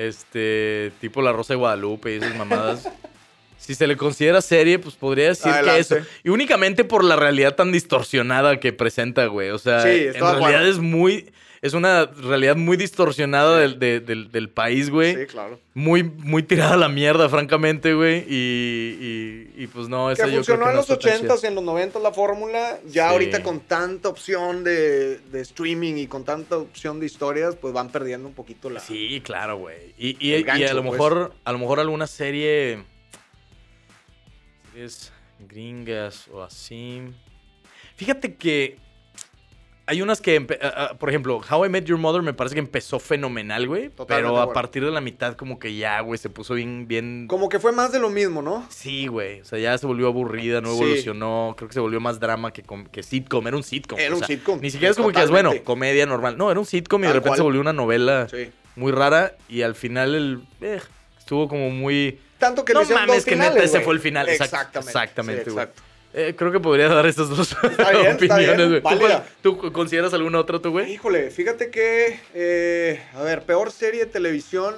Este, tipo La Rosa de Guadalupe y esas mamadas. *laughs* si se le considera serie, pues podría decir
Adelante.
que eso. Y únicamente por la realidad tan distorsionada que presenta, güey. O sea,
Sí,
en
estoy de
realidad
acuerdo.
es muy. Es una realidad muy distorsionada del, de- del- del país, güey.
Sí, claro.
Muy, muy tirada a la mierda, francamente, güey. Y, y, y, pues no, esa
que
yo creo
funcionó
que
en
no
los
está tan chida.
80s y en los 90s la fórmula. Ya
Sí.
ahorita con tanta opción de, de streaming y con tanta opción de historias, pues van perdiendo un poquito la.
Sí, claro, güey. Y, y-
El
y
gancho,
a lo
pues.
mejor, a lo mejor alguna serie. Series gringas o así. Fíjate que. hay unas que, empe- ah, ah, por ejemplo, How I Met Your Mother me parece que empezó fenomenal, güey.
Totalmente de
Pero a
acuerdo.
partir de la mitad como que ya, güey, se puso bien, bien...
Como que fue más de lo mismo, ¿no?
Sí, güey. O sea, ya se volvió aburrida, no
Sí.
evolucionó. Creo que se volvió más drama que, com- que sitcom. Era un sitcom.
Era un
o sea,
sitcom,
Ni siquiera es como que es, bueno,
totalmente.
comedia normal. No, era un sitcom y de
Tal
repente
cual.
se volvió una novela
Sí.
muy rara. Y al final el... eh, estuvo como muy...
Tanto que
No
le hicieron
mames,
dos
que neta,
finales,
ese
güey.
fue el final. Exact-
Exactamente.
exactamente,
Sí,
güey.
exacto.
eh, creo que podría dar estas dos
bien, está bien,
opiniones, güey. ¿Tú cuál-
válida.
¿Tú, consideras alguna otra, tú, güey?
Híjole, fíjate que, eh, a ver, peor serie de televisión.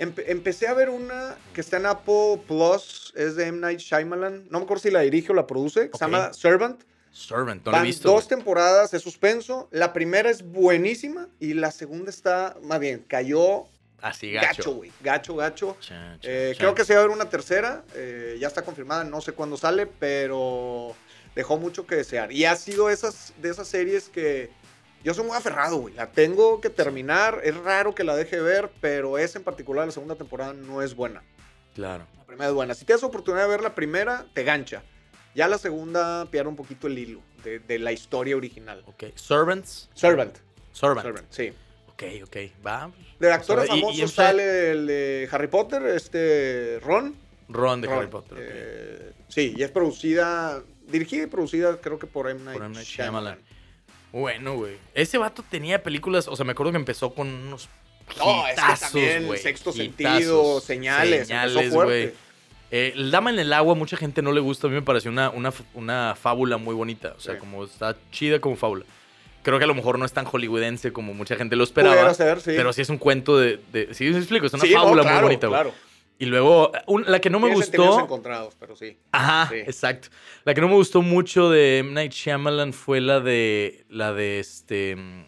Empe- empecé a ver una que está en Apple Plus, es de M. Night Shyamalan. No me acuerdo si la dirige o la produce. que Se
Ok.
llama Servant.
Servant, no la he
Van
visto.
dos
güey.
temporadas de suspenso. La primera es buenísima y la segunda está, más bien, cayó
Así,
gacho,
gacho.
güey. Gacho, gacho.
Chan, chan,
Eh,
chan.
creo que sí va a haber una tercera. eh, ya está confirmada, no sé cuándo sale, pero dejó mucho que desear. Y ha sido esas, de esas series que yo soy muy aferrado, güey. La tengo que terminar. Es raro que la deje ver, pero esa en particular, la segunda temporada, no es buena.
Claro.
La primera es buena. Si tienes oportunidad de ver la primera, te gancha. Ya la segunda pierde un poquito el hilo de, de la historia original.
Ok. Servants.
Servant.
Servant.
Servant, sí.
Ok, ok. Va.
De actores
Y- y
famosos
esa-
sale el de Harry Potter, este Ron.
Ron de
Ron,
Harry Potter. ok.
eh, sí, y es producida, dirigida y producida creo que por M. Night,
Por M. Night
Shyamalan.
Bueno, güey. Ese vato tenía películas. O sea, me acuerdo que empezó con unos.
No, es que
hitazos,
también
güey,
Sexto
hitazos,
Sentido, Señales, empezó fuerte.
güey. Eh, el Dama en el Agua, mucha gente no le gusta. A mí me pareció una, una, f- una fábula muy bonita. O sea,
Sí.
como está chida como fábula. Creo que a lo mejor no es tan hollywoodense como mucha gente lo
Pudiera
esperaba.
ser, sí.
Pero sí es un cuento de. de sí, me explico. Es una
Sí, no,
fábula
claro,
muy bonita, güey.
claro.
Y luego, un- la que no me
Tiene sentimientos
gustó.
encontrados, pero sí.
Ajá,
Sí.
exacto. La que no me gustó mucho de M. Night Shyamalan fue la de. La de este. mm,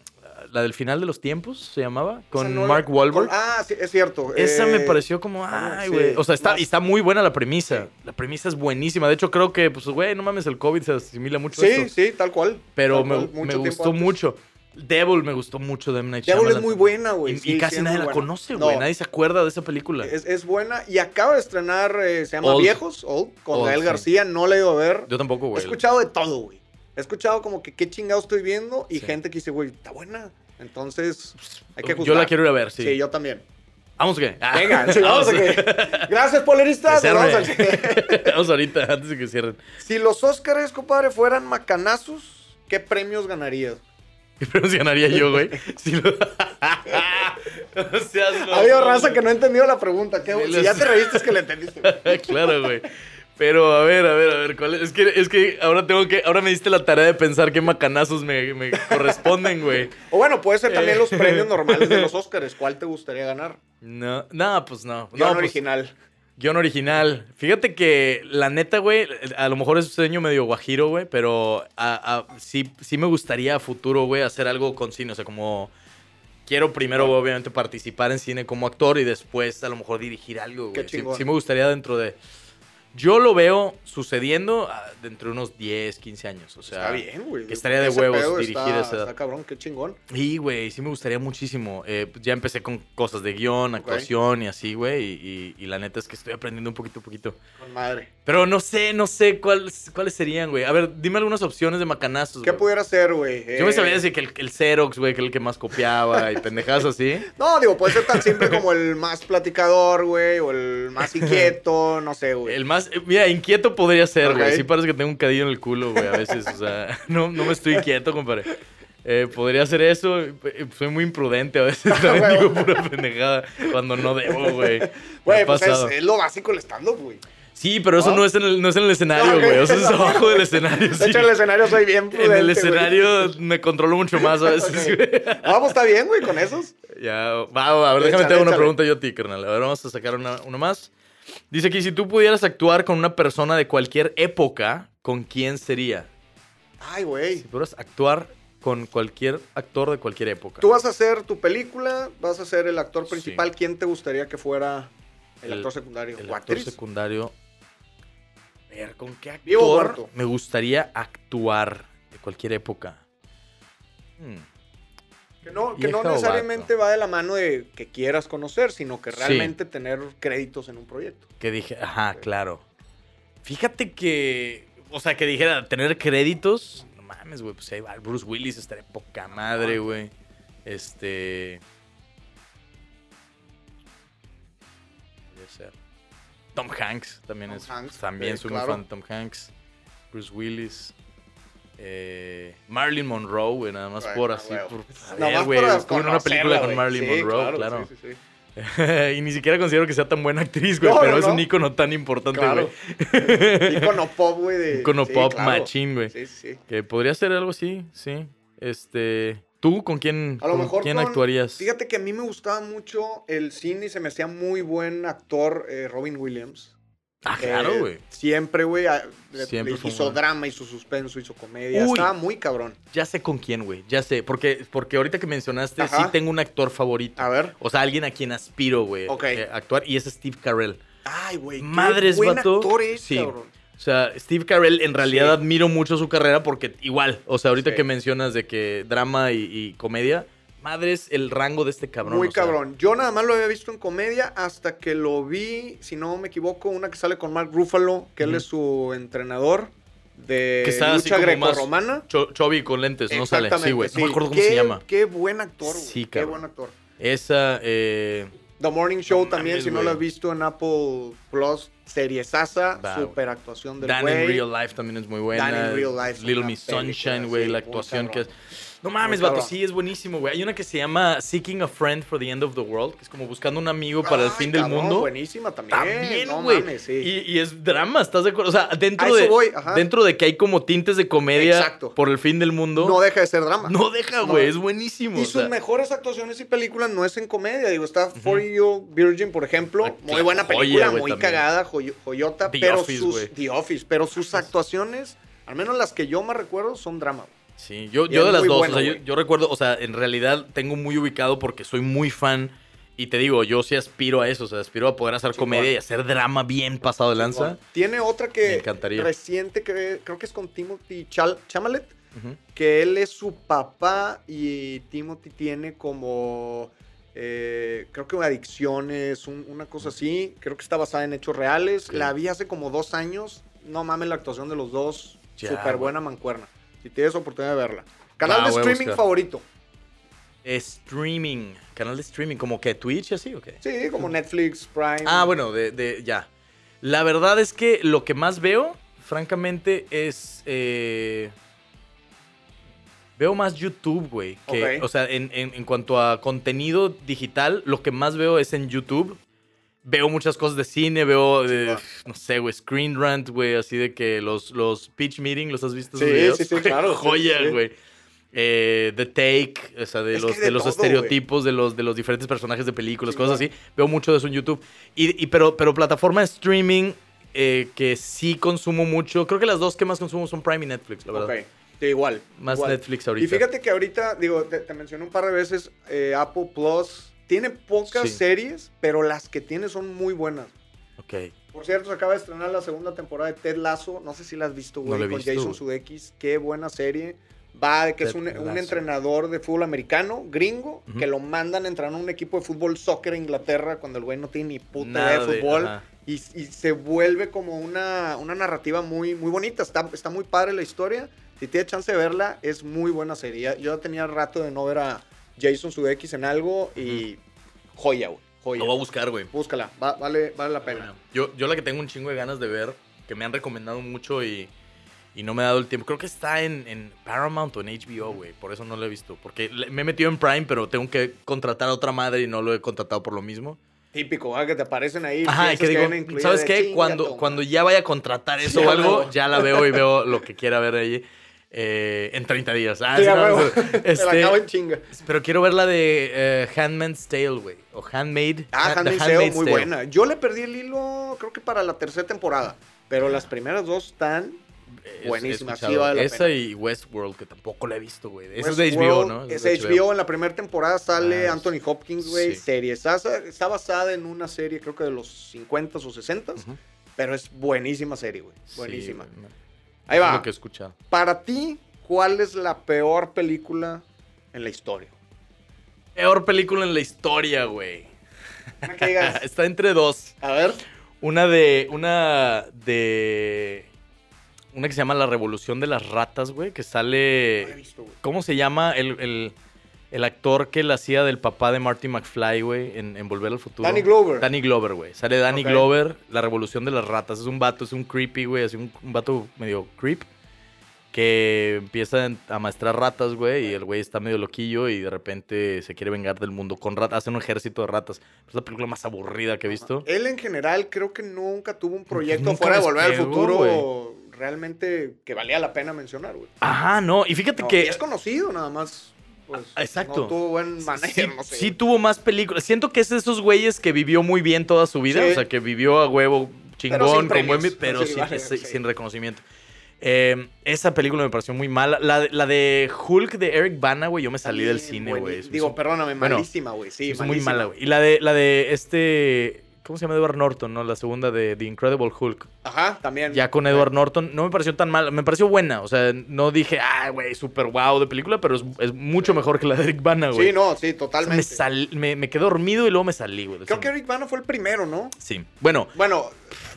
La del final de los tiempos, se llamaba. Con
Esa no la-
Mark Wahlberg.
con- ah, sí, es cierto.
Esa me
eh,
pareció como,
ah,
ay,
sí,
güey. o sea, está,
más-
y está muy buena la premisa. La premisa es buenísima. De hecho, creo que, pues, güey, no mames, el COVID se asimila mucho a
Sí,
esto.
sí, tal cual.
Pero
tal
me,
cual,
me
mucho tiempo
gustó
antes.
mucho. Devil me gustó mucho de M. Night
Devil es
Shyamalan.
muy buena, güey.
Y,
sí,
y
sí,
casi
es
nadie
muy
la
buena.
conoce,
No,
güey. Nadie se acuerda de esa película.
Es, es buena y acaba de estrenar, eh, se llama
Old.
Viejos, Old, con
Old,
Gael
sí.
García, no la he ido a ver.
Yo tampoco,
He
güey.
escuchado de todo, güey. He escuchado como que qué chingado estoy viendo y
Sí.
gente que dice, güey, está buena. Entonces, hay que
Yo
juzgar.
la quiero ir a ver, sí.
Sí, yo también.
Vamos, güey. Ah.
Venga,
*laughs*
sí, vamos a que... Gracias, poleristas.
Que
nos vamos
cierre.
al-
*laughs* Vamos ahorita, antes de que cierren. *laughs*
si los Óscares, compadre, fueran macanazos, ¿qué premios ganarías?
¿Qué pronunciaría yo, güey? Si lo... *laughs* no seas
Ha habido
*laughs* mamón,
raza
güey.
que no ha entendido la pregunta. qué-
Sí,
si
los-
ya te reíste es que la entendiste. güey.
*laughs* claro, güey. Pero a ver, a ver, a ver, ¿cuál es? Es que, es que ahora tengo que, ahora me diste la tarea de pensar qué macanazos me, me corresponden, güey.
O bueno, puede ser también
*laughs*
los
Eh.
premios normales de los Óscares. ¿Cuál te gustaría ganar?
No, no, pues no.
Guión
no, pues,
original.
Guión original. Fíjate que la neta, güey, a lo mejor es un sueño medio guajiro, güey, pero a- a- sí, sí me gustaría a futuro, güey, hacer algo con cine. O sea, como quiero primero, obviamente, participar en cine como actor y después a lo mejor dirigir algo,
Qué
güey. Sí,
chingón.
sí me gustaría dentro de... Yo lo veo sucediendo ah, dentro de unos 10, 15 años. O sea,
está bien, güey.
que estaría de
Ese
huevos
pedo
dirigir
está-
a esa edad.
Está cabrón, qué chingón.
Y, güey, sí me gustaría muchísimo. Eh, pues ya empecé con cosas de guión, actuación y así, güey. Y, y- y la neta es que estoy aprendiendo un poquito a poquito.
Con madre.
Pero no sé, no sé cuáles, cuáles serían, güey. A ver, dime algunas opciones de macanazos.
¿Qué
Pues, güey.
pudiera ser, güey?
Yo me
Eh,
sabía decir que el, el Xerox, güey, que el que más copiaba y pendejadas
*laughs*
así.
No, digo, puede ser tan simple como el más platicador, güey, o el más inquieto, no sé, güey.
El más, eh, mira, inquieto podría ser, güey.
Ok.
Sí parece que tengo un cadillo en el culo, güey, a veces. O sea, *laughs* no, no me estoy inquieto, compadre. Eh, podría ser eso. eh, Soy muy imprudente a
*laughs*
veces. También digo pura pendejada cuando no debo, güey. Me
Güey,
ha
pues es,
pasado.
es lo básico el stand-up, güey.
Sí, pero eso
¿No?
no, es, en el, no es en el
*laughs*
escenario,
No, ok.
güey. Eso es abajo del escenario.
De
sí.
hecho, en el escenario soy bien prudente,
*laughs* En el
güey.
escenario me controlo mucho más a veces,
Ok.
güey.
Ah, pues está bien, güey, con esos.
Ya, va, va, a ver, déjame
Échale,
te hago una
échale.
pregunta yo a ti, carnal. A ver, vamos a sacar una, una más. Dice aquí, si tú pudieras actuar con una persona de cualquier época, ¿con quién sería?
Ay, güey.
Si pudieras actuar con cualquier actor de cualquier época.
Tú vas a hacer tu película, vas a ser el actor principal.
Sí.
¿Quién te gustaría que fuera el,
El-
actor secundario?
El
¿O
actor
actriz?
secundario. A ver, ¿con qué actor
Vivo o muerto.
me gustaría actuar de cualquier época? Hmm,
que no, que no
Vieja o
necesariamente va de la mano de que quieras conocer, sino que
Sí.
realmente tener créditos en un proyecto.
que dije, ajá, claro. Fíjate que, o sea, que dijera tener créditos. No mames, mames, güey, pues ahí va Bruce Willis, estaría poca madre, güey. Este. Podría ser. Tom Hanks también
Tom
es.
Hanks,
pues, también
sí,
soy
claro.
muy fan de Tom Hanks. Bruce Willis. eh, Marilyn Monroe, güey, nada más
Bueno,
por así.
huevo.
Por, a
Nada
ver,
más
güey,
para
estuvo en una
conocerla,
película con
güey.
Marilyn
Sí,
Monroe, claro.
sí, sí, sí.
*laughs* y ni siquiera considero que sea tan buena actriz, güey,
No,
pero
no,
es un
no.
ícono tan importante, güey.
Claro.
*laughs*
Icono pop, güey. de-
Ícono
sí,
pop
claro.
machín, güey.
Sí, sí, sí.
Que podría ser algo así, sí. Este, ¿tú con quién,
A lo
con
mejor
quién
con-
actuarías?
Fíjate que a mí me gustaba mucho el cine y se me hacía muy buen actor eh, Robin Williams.
ah,
Eh,
claro, güey.
Siempre, güey. a- le-
Siempre
le
fue
hizo
bueno.
drama, hizo suspenso, hizo comedia.
Uy.
Estaba muy cabrón.
Ya sé con quién, güey. Ya sé, porque porque ahorita que mencionaste
Ajá.
sí tengo un actor favorito.
A ver.
O sea, alguien a quien aspiro, güey,
Ok.
eh, actuar y es Steve Carell.
Ay, güey. qué
Madres,
buen
vato.
actor es,
Sí.
cabrón.
O sea, Steve Carell en realidad
Sí.
admiro mucho su carrera porque igual, o sea, ahorita
Sí.
que mencionas de que drama y, y comedia, madres el rango de este cabrón.
muy
o sea,
cabrón. Yo nada más lo había visto en comedia hasta que lo vi, si no me equivoco, una que sale con Mark Ruffalo, que él
Ujú.
es su entrenador de
Que está así
lucha
como más-
grecorromana.
cho- Chovy con lentes, Pues no sale. Sí,
Exactamente,
güey. No
sí.
me acuerdo cómo se
Qué-
llama.
Qué buen actor, güey.
Sí,
qué
cabrón.
buen actor.
Esa, eh,
The Morning Show
No
también,
mames,
si no
güey.
lo has visto en Apple Plus, serie Sasa,
Va, güey.
super actuación del
Dan
güey.
in Real Life también es muy buena.
Dan in Real Life es
Little
una
Miss Sunshine,
película,
güey,
sí,
la
muy
actuación que es.
cabrón.
No mames,
Muy
vato,
cabrón.
sí, es buenísimo, güey. Hay una que se llama Seeking a Friend for the End of the World, que es como buscando un amigo para el
Ay,
fin del
cabrón,
mundo.
Buenísima también.
También,
no
güey.
mames, sí.
y, y es drama, ¿estás de acuerdo? O sea,
A
dentro
eso
de,
voy, ajá.
dentro de que hay como tintes de comedia
Exacto.
por el fin del mundo,
No deja de ser drama.
no deja,
No.
güey, es buenísimo.
Y
o
sus
sea,
mejores actuaciones y películas no es en comedia. Digo, está For You Virgin, por ejemplo.
Ah,
muy
claro,
buena
joya,
película,
güey,
muy
también.
cagada, joy- joyota.
The
pero
Office,
sus,
güey.
The Office, pero sus actuaciones, al menos las que yo más recuerdo, son drama. güey.
Sí, yo,
Y
yo
es
de las
muy
dos.
bueno,
o sea, yo,
güey.
yo recuerdo, o sea, en realidad tengo muy ubicado porque soy muy fan. Y te digo, yo sí aspiro a eso. O sea, aspiro a poder hacer
Chingón.
comedia y hacer drama bien pasado de lanza.
Tiene otra
Me
que
encantaría.
reciente, que creo que es con Timothy Chal- Chalamet,
Ujú.
que él es su papá y Timothy tiene como, eh, creo que adicciones, un- una cosa así. Creo que está basada en hechos reales.
Ok.
La vi hace como dos años. No mames la actuación de los dos.
Ya, Ah,
Súper buena mancuerna. Si tienes oportunidad de verla.
Va,
Canal de
voy a
streaming
buscar.
favorito.
Streaming, canal de streaming, como que Twitch y así, ¿o qué?
Sí, como Netflix, Prime.
Ah, bueno, de, de- ya. La verdad es que lo que más veo, francamente, es. eh, veo más YouTube, güey. que-
Ok.
O sea, en, en- en cuanto a contenido digital, lo que más veo es en YouTube. Veo muchas cosas de cine, veo, eh,
Simón.
no sé, güey, Screen Rant, güey, así de que los, los pitch meeting, ¿los has visto? esos
Sí,
videos?
sí, sí, claro, sí,
*laughs* Joya,
sí, sí.
güey. Eh, The Take, o sea, de
Es que
los,
de
de los
todo, güey.
estereotipos, de los, de los diferentes personajes de películas,
Sí,
cosas así. Veo mucho de eso en YouTube. Y, y- pero, pero plataforma de streaming eh, que sí consumo mucho. Creo que las dos que más consumo son Prime y Netflix, la verdad.
Ok. Sí, igual.
Más
igual.
Netflix ahorita.
Y fíjate que ahorita, digo, te, te mencioné un par de veces, eh, Apple Plus tiene pocas
Sí.
series, pero las que tiene son muy buenas.
Ok.
Por cierto, se acaba de estrenar la segunda temporada de Ted Lasso. No sé si la has visto,
No
güey,
la he
con
visto,
Jason
güey.
Sudeikis. Qué buena serie. Va de que es
Ted
un, un
Lasso.
entrenador de fútbol americano, gringo,
Ujú.
que lo mandan a entrenar a un equipo de fútbol soccer en Inglaterra cuando el güey no tiene ni puta idea
Nada
de fútbol.
ajá.
y, y se vuelve como una, una narrativa muy, muy bonita. Está, está muy padre la historia. Si tienes chance de verla, es muy buena serie. Ya- Yo ya tenía rato de no ver a Jason Sudeikis en algo y joya, güey. Joya.
Lo voy a buscar, güey.
Búscala, va- vale, vale la pena.
Yo, yo la que tengo un chingo de ganas de ver, que me han recomendado mucho y, y no me ha dado el tiempo. Creo que está en, en Paramount o en HBO, güey. Por eso no la he visto. Porque le- me he metido en Prime, pero tengo que contratar a otra madre y no lo he contratado por lo mismo.
Típico, ¿verdad? que te aparecen ahí.
Ajá, y
piensas
que digo,
viene incluida
¿sabes
de
qué?
chinga tu
Cuando,
madre.
cuando ya vaya a contratar eso
Sí,
o
a
algo,
huevo.
ya la veo y veo lo que quiera ver ahí eh, en 30 días. Ah,
Sí,
sí,
a
no,
huevo. *laughs*
no,
Te la
este,
acabo en chinga.
pero quiero ver la de eh, Handmaid's Tale, güey. O Handmaid.
Ah,
Ha- The
Handmaid's Tale,
Handmaid's
muy
Tale.
buena. Yo le perdí el hilo, creo que para la tercera temporada. Pero las primeras dos están.
Es- he
Buenísima, sí
escuchado.
vale la
Esa
pena.
y Westworld, que tampoco la he visto, güey. Esa es de HBO,
Westworld,
¿no?
pues, Es
de
HBO. En la primera temporada sale
Ah,
Anthony Hopkins, güey.
sí.
Serie. Está, está basada en una serie, creo que de los 50s o 60s.
Ujú.
Pero es buenísima serie, güey.
Sí,
Buenísima.
güey, no.
Ahí
Es
va.
Lo que he escuchado.
Para ti, ¿cuál es la peor película en la
*laughs*
historia?
Peor película en la historia, güey. *laughs*
Una que digas,
Está entre dos.
A ver.
Una de. Una de. una que se llama La Revolución de las Ratas, güey, que
No la he
sale...
visto, güey.
¿Cómo se llama el, el- el actor que la hacía del papá de Marty McFly, güey, en, en Volver al Futuro?
Danny Glover.
Danny Glover, güey. Sale Danny
Ok.
Glover, La Revolución de las Ratas. Es un vato, es un creepy, güey, así un, un vato medio creep que empieza a maestrar ratas, güey, y el güey está medio loquillo y de repente se quiere vengar del mundo con ratas, hacen un ejército de ratas. Es la película más aburrida que he visto.
Él en general creo que nunca tuvo un proyecto
Nunca
fuera de
les
Volver al
pegó,
Futuro realmente que valía la pena mencionar, güey.
Ajá, no, y Ah, fíjate
No,
que...
y es conocido nada más. pues,
Ah, exacto.
No tuvo buen manager,
sí,
no sé.
sí tuvo más películas. Siento que es de esos güeyes que vivió muy bien toda su vida.
Sí.
O sea, que vivió a huevo
Pero sin
chingón, con buen
premios.
vi- pero
Sí,
sin,
vale,
sí,
sí.
sin reconocimiento. Eh, esa película me pareció muy mala. La, de- la de Hulk de Eric Bana, güey, yo me salí del
También
cine,
buen-
güey. Se me
Digo,
hizo-
perdóname,
bueno,
malísima, güey.
se me
Sí,
hizo muy
malísima.
mala, güey. Y la de, la de este. ¿Cómo se llama Edward Norton, no? La segunda de The Incredible Hulk.
Ajá, también.
Ya con Edward Norton, no me pareció tan mala. Me pareció buena. O sea, no dije, ah, güey, super wow de película, pero es, es mucho mejor que la de Eric Bana, güey.
Sí, no, sí,
O sea,
totalmente.
me, sal- me, me quedé dormido y luego me salí, güey. del
Creo que
cine.
Eric Bana fue el primero, ¿no?
Sí. Bueno,
Bueno,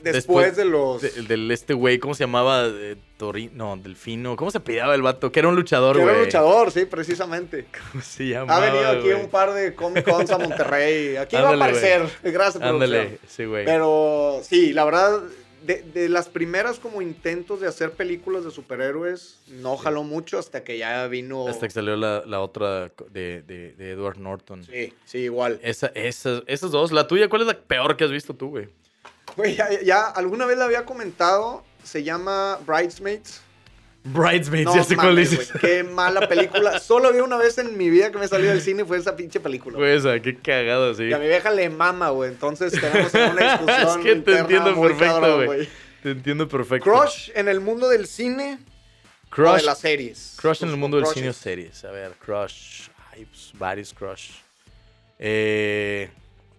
después,
Después
de los.
de- del este güey, ¿cómo se llamaba? Eh, Torino, Delfino. ¿Cómo se pidaba el vato? Que era un luchador,
que
güey.
era un luchador, sí, precisamente.
¿Cómo *laughs* se llamaba,
Ha venido aquí
güey?
un par de Comic Cons a Monterrey. Aquí va a
Ándale, güey.
aparecer. Gracias, producción.
Ándale, sí, güey.
Pero sí, la verdad, de, de las primeras como intentos de hacer películas de superhéroes, no jaló mucho hasta que ya vino...
Hasta que salió la, la otra co- de, de, de Edward Norton.
Sí, sí, igual.
Esa, esas, esas dos. La tuya, ¿cuál es la peor que has visto tú, güey?
Güey, ya, ya alguna vez la había comentado, se llama Bridesmaids.
Bridesmaids,
No
ya sé cuál
mames,
dices.
güey, Qué mala película. Solo había una vez en mi vida que me salí del cine y fue esa pinche película.
*laughs* Güey, esa, qué cagada, sí.
Y a mi vieja le mama, güey. Entonces tenemos ahí una discusión.
*laughs* Es que te
interna
entiendo
muy
perfecto,
cabrón,
güey. Te entiendo perfecto.
Crush en el mundo del cine o de
Crush.
las series.
Crush en el
Tus
mundo del
crushes.
cine o series. A ver, Crush. Hay pues, varios Crush. Eh,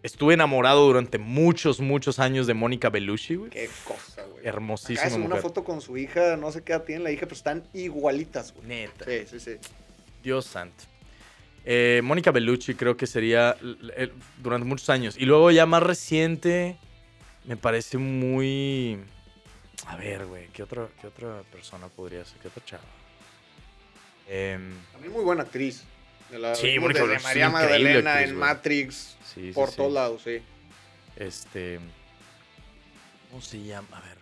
estuve enamorado durante muchos, muchos años de Mónica Bellucci, güey.
Qué cosa, güey.
Hermosísima
Acá es una
mujer.
foto con su hija, no sé qué edad tiene la hija, pero están igualitas, güey.
Neta.
Sí, sí, sí.
Dios santo. Eh, Mónica Bellucci creo que sería l- el- durante muchos años. Y luego ya más reciente, me parece muy... A ver, güey, ¿qué otra, qué otra persona podría ser? ¿Qué otra chava? Em,
También muy buena actriz. De la,
Sí,
vimos
Mónica
desde
Bellucci,
María
increíble
Magdalena
actriz,
en
güey.
Matrix,
sí, sí,
por
sí.
todos lados, sí.
Este. ¿Cómo se llama? A ver.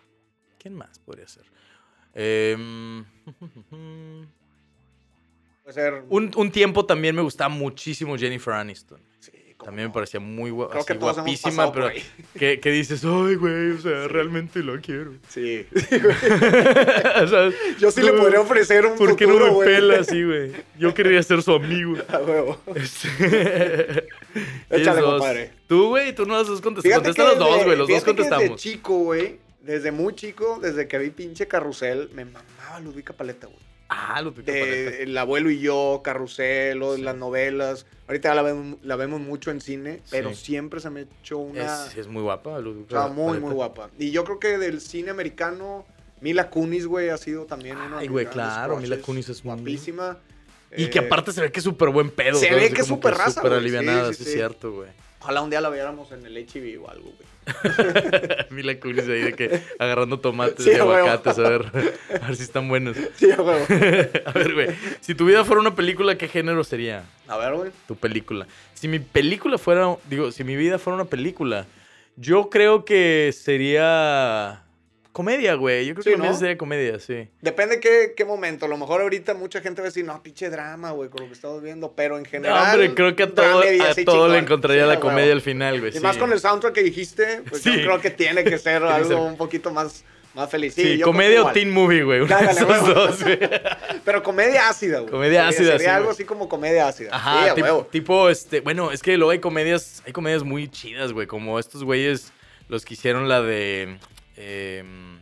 ¿Quién más podría ser? Em, *laughs*
Puede ser.
un, un tiempo también me gustaba muchísimo Jennifer Aniston.
sí, cómo
También me
no.
parecía muy gua-
Creo que
así
todos hemos
guapísima,
pasado por
pero
ahí.
que, que dices, ay, güey, o sea, realmente lo quiero.
*laughs*
*laughs*
Sí.
¿Sabes?
*laughs* Yo sí le
No,
podría ofrecer un
¿Por qué no
futuro,
me
güey.
pela así, güey? Yo quería ser su amigo.
*laughs* A huevo.
Este-
*laughs* Échale,
Ellos dos.
compadre.
Tú, güey, tú no las dos contestas.
Fíjate que
Contesta los dos,
desde-
güey, los dos
fíjate que Desde
contestamos.
chico, güey, desde muy chico, desde que vi pinche Carrusel, me mamaba Ludovica Paleta, güey.
Ah, lo pico paleta.
de El abuelo y yo, Carrusel, o de
Sí.
las novelas. Ahorita la vemos, la vemos mucho en cine, pero
Sí.
siempre se me echó una.
Es, es muy guapa. Luz
o sea,
Paleta.
muy, muy guapa. Y yo creo que del cine americano, Mila Kunis, güey, ha sido también uno de
Ay,
mis
güey,
grandes
claro, Mila
crushes.
Kunis es muy-
guapísima.
Y
Eh,
que aparte se ve que es súper buen pedo.
se
¿sabes?
ve
Así
que es
como
súper raza,
Súper
güey.
alivianada,
Sí,
sí,
sí,
es
sí.
cierto, güey. *laughs*
Ojalá un día la viéramos en el HIV o algo, güey. *laughs*
Mila Kunis ahí de que agarrando tomates
Sí,
y
a huevo.
aguacates, a ver, *laughs* a ver si están buenos.
Sí, a huevo.
A ver, güey, si tu vida fuera una película, ¿qué género sería
A ver, güey.
tu película? Si mi película fuera, digo, si mi vida fuera una película, yo creo que sería comedia, güey. Yo creo
Sí,
que mi vida
¿no?
sería comedia, sí.
Depende qué, qué momento. A lo mejor ahorita mucha gente va a decir, no, pinche drama, güey, con lo que estamos viendo. Pero en
No,
general.
hombre, creo que a todo,
dramedia,
a
así
todo le
chingón. Sí,
encontraría
a
la
huevo.
comedia al final, güey.
Y más
Pues sí.
con el soundtrack que dijiste, pues
Sí.
yo creo que tiene que
*laughs*
ser
que ser-
algo un poquito más, más feliz.
Sí,
yo
comedia
creo
o
que
teen movie, güey. Una de
Ándale,
esas
huevo.
dos,
*laughs*
güey.
igual. Pero comedia ácida, güey.
Comedia
Sería-
ácida,
Sería
sí,
algo
güey.
así como comedia ácida.
Ajá,
Sí, a
tipo,
huevo.
tipo, este, bueno, es que luego hay comedias, hay comedias muy chidas, güey, como estos güeyes, los que hicieron la de, em,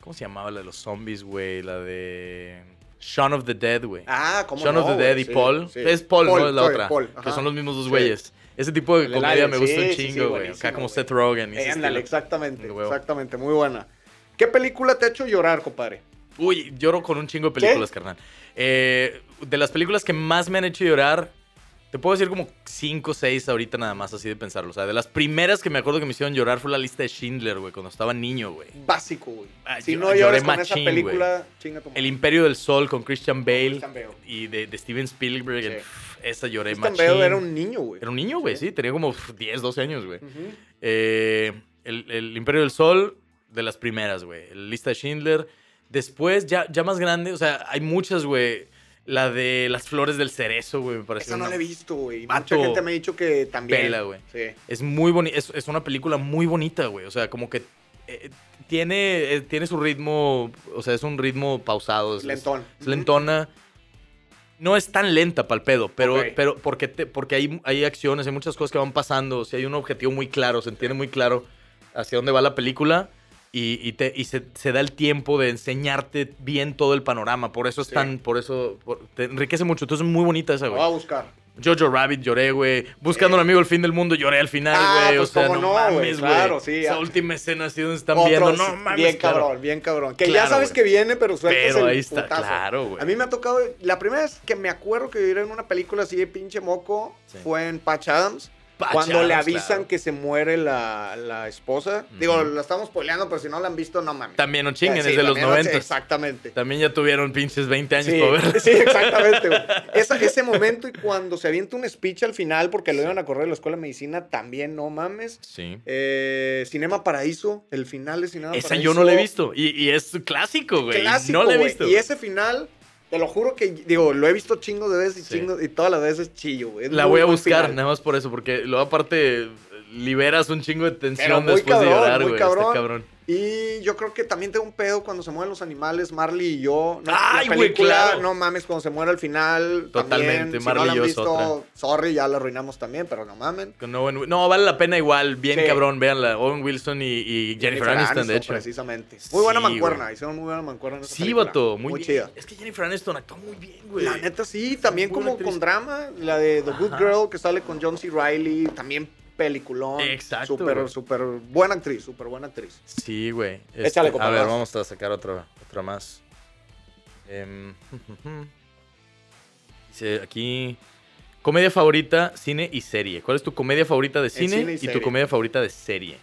¿cómo se llamaba? La de los zombies, güey, la de Shaun of the Dead, güey.
Ah, como
Shaun of the Dead y Paul. Es Paul, no es la otra. que son los mismos dos güeyes. Ese tipo de
El
comedia
Alien,
me gusta
sí,
un
sí, sí,
chingo, güey. Acá
buenísimo,
como
güey.
Seth Rogen. y ese
Ándale,
estilo.
exactamente,
Huevo.
exactamente, muy buena. ¿Qué película te ha hecho llorar, compadre?
Uy, lloro con un chingo de películas, carnal. Eh, de las películas que más me han hecho llorar, Te puedo decir como 5 o 6 ahorita nada más así de pensarlo. O sea, de las primeras que me acuerdo que me hicieron llorar fue la lista de Schindler, güey, cuando estaba niño, güey.
Básico, güey.
Ah,
Si
yo-
no
lloré
lloras con
machín,
esa película, chinga tu madre.
El Imperio del Sol con Christian Bale,
Christian Bale.
y de, de Steven Spielberg.
Sí.
el- pff, esa lloré
Christian
machín.
Bale era un niño, güey.
Era un niño, güey, sí. Tenía como pff, 10, 12 años, güey.
Ujú.
Eh, el, el Imperio del Sol, de las primeras, güey. El Lista de Schindler. Después, ya, ya más grande, o sea, hay muchas, güey. La de las flores del cerezo, güey, me parece.
Esa no
una-
la he visto, güey.
Vato.
Mucha gente me ha dicho que también.
Vela, güey.
Sí.
Es muy bonita, es, es una película muy bonita, güey. O sea, como que eh, tiene, eh, tiene su ritmo, o sea, es un ritmo pausado. es-
Lentón.
es lentona. No es tan lenta para el pedo, pero,
Ok.
pero porque, te- porque hay, hay acciones, hay muchas cosas que van pasando. O sea, hay un objetivo muy claro, se entiende muy claro hacia dónde va la película y, y te, y se, se da el tiempo de enseñarte bien todo el panorama. Por eso es
Sí.
tan. Por eso. por- te enriquece mucho. Entonces es muy bonita esa,
Lo
güey.
voy a buscar.
Jojo Rabbit lloré, güey. Buscando a un amigo el fin del mundo lloré al final,
Ah,
güey.
pues,
o sea,
cómo
no,
no, güey,
mames, güey.
claro, sí,
Esa
ah.
última escena así donde están
Otro,
viendo.
sí,
No mames.
Bien
claro.
cabrón, bien cabrón. Que
Claro,
ya sabes
güey.
que viene, pero sueltas
Pero
el
ahí está,
putazo.
claro, güey.
A mí me ha tocado, la primera vez que me acuerdo que viví en una película así de pinche moco
Sí.
fue en Patch Adams.
Patch
cuando le
Adams,
avisan
claro.
que se muere la, la esposa. Digo,
Ujú.
la estamos poleando, pero si no la han visto, no mames.
También no chinguen,
Sí,
es de los
también, sí,
90.
Exactamente.
También ya tuvieron pinches 20 años
Sí,
para
*laughs*
ver.
sí, exactamente. güey. Esa- ese momento y cuando se avienta un speech al final porque lo iban a correr de la escuela de medicina, también no mames.
Sí.
Eh, Cinema Paraíso, el final de Cinema
Esa
Paraíso.
yo no la he visto. Y, y es clásico, güey.
Clásico,
No la he
güey.
visto.
Y ese final, te lo juro que, digo, lo he visto chingo de veces y
Sí.
chingo, y todas las veces chillo, güey. Es
la
muy
voy a
buen
buscar,
final.
nada más por eso, porque luego aparte liberas un chingo de
Pero
tensión
muy
después de
cabrón,
llorar,
muy
güey. Está
cabrón.
cabrón.
Y yo creo que también tengo un pedo cuando se mueren los animales, Marley y yo. No,
Ay, güey, claro.
No mames, cuando se muere al final.
Totalmente,
también, si
Marley
no la
y yo
han
es
visto,
otra.
sorry, ya la arruinamos también, pero no mamen.
Con Owen- no, vale la pena igual. Bien
Sí.
cabrón, véanla. Owen Wilson y, y Jennifer Aniston, de hecho.
Precisamente. Muy buena
Sí,
mancuerna,
güey.
hicieron muy buena mancuerna. en esa
Sí,
película.
vato. Muy, bien.
chida.
Es que Jennifer Aniston actuó muy bien, güey.
La neta sí, también
muy buena
como
actriz.
con drama, la de The Good
Ajá.
Girl que sale con John C. Riley, también peliculón.
Exacto,
Súper,
güey.
súper buena actriz, súper buena actriz.
Sí, güey. Este,
Échale,
a
compadre.
ver, vamos a sacar otra, otra más. Em, *laughs* Dice aquí. Comedia favorita, cine y serie. ¿Cuál es tu comedia favorita de cine,
Eh, cine y
y, tu
serie.
comedia favorita de serie?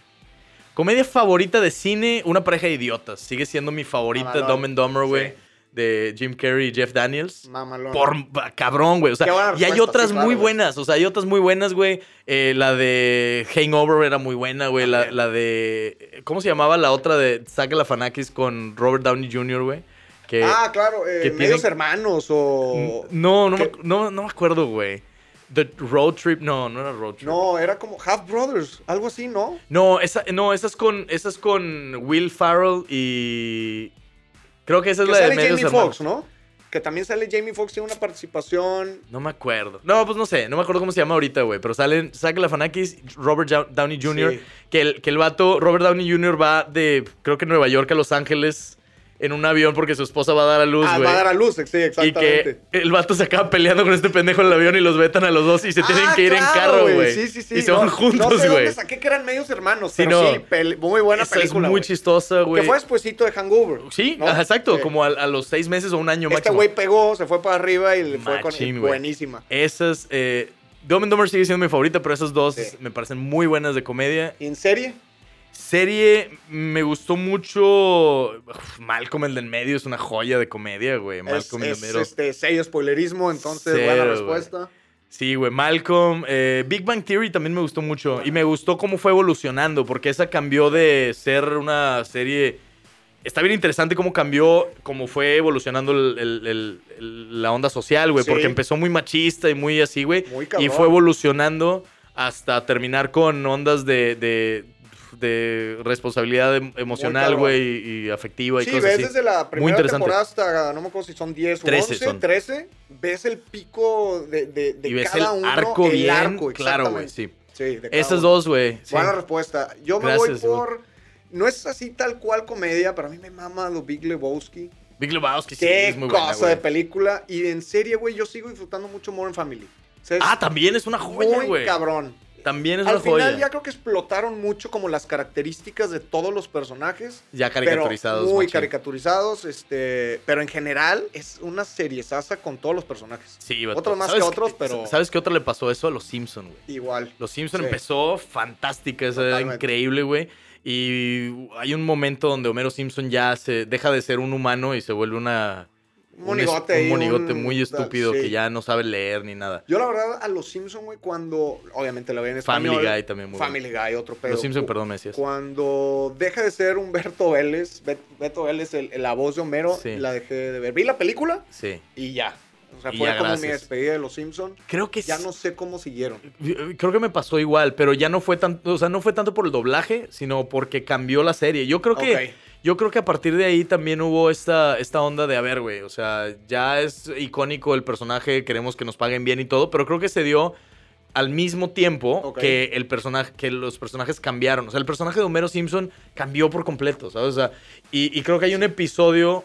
Comedia favorita de cine, una pareja de idiotas. Sigue siendo mi favorita,
Mamalón.
Dumb and Dumber, güey.
Sí.
De Jim Carrey y Jeff Daniels.
Mamalón.
Por ba- cabrón, güey. O sea,
Qué buena
y hay
respuesta,
otras
sí, claro,
muy
güey.
buenas. O sea, hay otras muy buenas, güey. Eh, la de Hangover era muy buena, güey. La,
También.
la de. ¿Cómo se llamaba la otra de Zack Lafanakis con Robert Downey Jr., güey? Que.
ah, claro, eh,
que
medios
tienen-
hermanos o...
no, no, me,
que-
ac- no, no me acuerdo, güey. The Road Trip. No, no era Road Trip.
No, era como Half Brothers, algo así, ¿no?
No, esa, no, esa es con. Esa es con Will Farrell y. Creo que esa es
Que
la de
sale
Medios
Jamie
Hermanos.
Foxx, ¿no? Que también sale Jamie Foxx, tiene una participación...
No me acuerdo. No, pues no sé. No me acuerdo cómo se llama ahorita, güey. Pero salen Zack Lafanakis, Robert Ja- Downey Jr.
Sí.
Que, el, que el vato, Robert Downey Jr. va de, creo que Nueva York a Los Ángeles en un avión porque su esposa va a dar a luz,
ah,
güey.
va a dar a luz, sí,
y
exactamente.
que el vato se acaba peleando con este pendejo en el avión y los vetan a los dos y se tienen
Ah,
que ir
claro,
en carro, güey.
Sí, sí, sí.
Y se van
No- No
juntos,
sé
güey.
dónde saqué que eran medios hermanos,
Sí,
pero
no.
sí, peli- muy buena
Esa es
película,
muy
güey.
chistosa, güey.
Que fue despuesito de Hangover.
Pues, Sí,
¿no?
ajá, exacto.
Sí.
Como a, a los seis meses o un año
Este
máximo.
güey pegó, se fue para arriba y le fue con.
Machín, güey.
buenísima.
Esas, eh, Dumb and Dumber sigue siendo mi favorita, pero esas dos
Sí.
me parecen muy buenas de comedia.
¿Y en serie?
Serie, me gustó mucho. Uf, Malcolm el del medio es una joya de comedia, güey.
Es,
Malcolm el
es,
del medio.
este, sello spoilerismo, entonces
Cero,
buena
güey.
respuesta.
Sí, güey. Malcolm. eh, Big Bang Theory también me gustó mucho. Y me gustó cómo fue evolucionando, porque esa cambió de ser una serie. Está bien interesante cómo cambió, cómo fue evolucionando el- el- el- el- la onda social, güey.
Sí.
Porque empezó muy machista y muy así, güey.
Muy
Y
cabrón.
fue evolucionando hasta terminar con ondas de. de- de responsabilidad em- emocional,
cabrón.
güey, y, y afectiva y
Sí,
cosas
ves
así.
desde la
Muy
primera
interesante.
temporada hasta, no me acuerdo si son 10 o
13
11,
son.
13. Ves el pico de, de, de
y ves el
cada uno.
arco
el
bien.
arco,
claro, güey,
exactamente.
sí.
Sí, de cada
Esas
uno.
dos, güey. sí.
Buena respuesta. Yo me
Gracias,
voy por. No es así tal cual comedia, pero a mí me mama The Big Lebowski.
Big Lebowski, sí,
Qué
es muy buena,
cosa
güey.
de película. Y en serie, güey, yo sigo disfrutando mucho Modern Family. O sea, es
Ah, también es una
muy
joya, güey.
cabrón.
También es
Al
una joya.
final ya creo que explotaron mucho como las características de todos los personajes.
Ya
pero
caricaturizados.
muy
machín.
caricaturizados, este, pero en general es una seriezaza con todos los personajes.
Sí, vato.
Otros más
¿Sabes
que
qué-
otros, pero-
¿Sabes qué otro le pasó eso a los Simpson, güey?
Igual.
Los Simpson
Sí.
empezó fantástica, esa era
Totalmente.
increíble, güey. Y hay un momento donde Homero Simpson ya se deja de ser un humano y se vuelve una
Un
un es-
monigote.
un
ahí,
monigote
un-
muy estúpido
sí.
que ya no sabe leer ni nada.
Yo la verdad a los Simpson, güey, cuando obviamente lo veía en español.
Family Guy también muy bueno.
Family Guy, otro pedo.
Los Simpson,
Cu-
perdón, me decías.
Cuando deja de ser Humberto Vélez, Bet- Beto Vélez, el- la voz de Homero,
Sí.
la dejé de ver. Vi la película
Sí.
y ya. O sea,
Y
fue
ya,
como mi
gracias.
despedida de los Simpson.
Creo que
Ya
sí-
no sé cómo siguieron.
Eh, Creo que me pasó igual, pero ya no fue tanto, o sea, no fue tanto por el doblaje, sino porque cambió la serie. Yo creo que
Ok.
Yo creo que a partir de ahí también hubo esta, esta onda de, a ver, güey, o sea, ya es icónico el personaje, queremos que nos paguen bien y todo, pero creo que se dio al mismo tiempo
Ok.
que el personaje, que los personajes cambiaron. O sea, el personaje de Homero Simpson cambió por completo, ¿sabes? O sea, y, y creo que hay un episodio,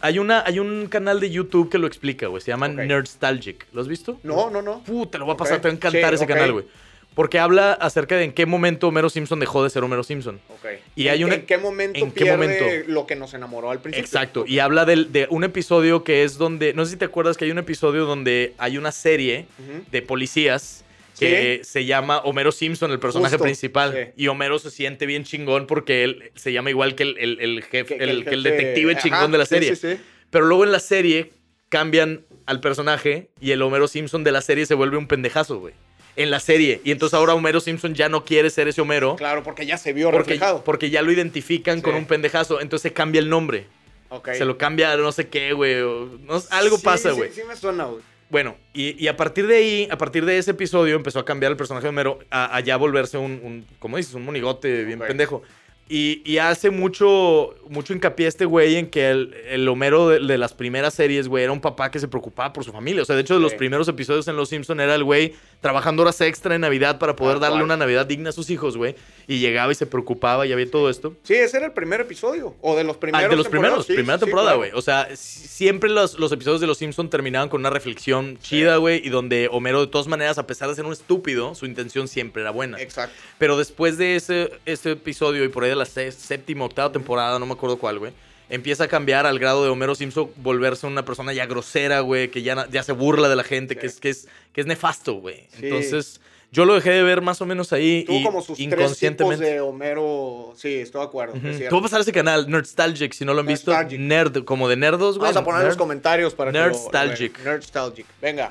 hay, una, hay un canal de YouTube que lo explica, güey, se llama
Ok.
Nerdstalgic. ¿Lo has visto?
No, no, no.
Puta, lo voy a pasar,
Ok.
te va a encantar
Sí,
ese
ok.
canal, güey. Porque habla acerca de en qué momento Homero Simpson dejó de ser Homero Simpson.
Ok.
Y
¿En
hay
qué-
una-
¿En qué momento
en qué
pierde
momento?
lo que nos enamoró al principio?
Exacto. Y habla del- de, un episodio que es donde. No sé si te acuerdas que hay un episodio donde hay una serie
Ujú.
de policías que se llama Homero Simpson, el personaje
Justo,
principal.
sí.
Y Homero se siente bien chingón porque él se llama igual que el, el- el jefe, el, que el
jefe-
detective
Ajá,
chingón de la
sí,
serie.
sí, sí.
Pero luego en la serie cambian al personaje y el Homero Simpson de la serie se vuelve un pendejazo, güey. En la serie. Y entonces ahora Homero Simpson ya no quiere ser ese Homero.
Claro, porque ya se vio
Porque,
reflejado.
porque ya lo identifican con
Sí.
un pendejazo. Entonces cambia el nombre.
Ok.
Se lo cambia a no sé qué, güey. o no- algo
Sí,
pasa,
sí,
güey.
Sí, me suena, güey.
Bueno, y, y a partir de ahí, a partir de ese episodio, empezó a cambiar el personaje de Homero a, a ya volverse un, un, ¿cómo dices? Un monigote bien
Ok.
pendejo. Y, y hace mucho, mucho hincapié este güey en que el, el Homero de, de las primeras series, güey, era un papá que se preocupaba por su familia. O sea, de hecho, de los
Sí.
primeros episodios en Los Simpson era el güey trabajando horas extra en Navidad para poder
Tal
darle
cual.
una Navidad digna a sus hijos, güey. Y llegaba y se preocupaba y había todo esto.
Sí, ese era el primer episodio. O de los
Ah,
primeros.
de los primeros,
temporadas, sí,
primera
sí,
temporada,
claro.
güey. O sea, si- siempre los, los episodios de Los Simpson terminaban con una reflexión chida, güey, y donde Homero, de todas maneras, a pesar de ser un estúpido, su intención siempre era buena.
Exacto.
Pero después de ese, ese episodio y por ahí de la se- séptima, octava temporada, no me acuerdo cuál, güey, empieza a cambiar al grado de Homero Simpson volverse una persona ya grosera, güey, que ya, na- ya se burla de la gente,
Sí.
que, es, que, es, que es nefasto, güey.
Sí.
Entonces, yo lo dejé de ver más o menos ahí.
Tuvo
y
como sus tres tipos
inconscientemente.
de Homero. Sí, estoy de acuerdo. es
Ujú. Pues, Tú
cierto.
vas a pasar ese canal, Nerdstalgic, si no lo han visto.
Nerdstalgic.
Nerd, como de nerdos, pues, güey.
Vamos a poner en los
Nerd.
comentarios para que. lo-
Nerdstalgic.
lo vean. Nerdstalgic. Venga.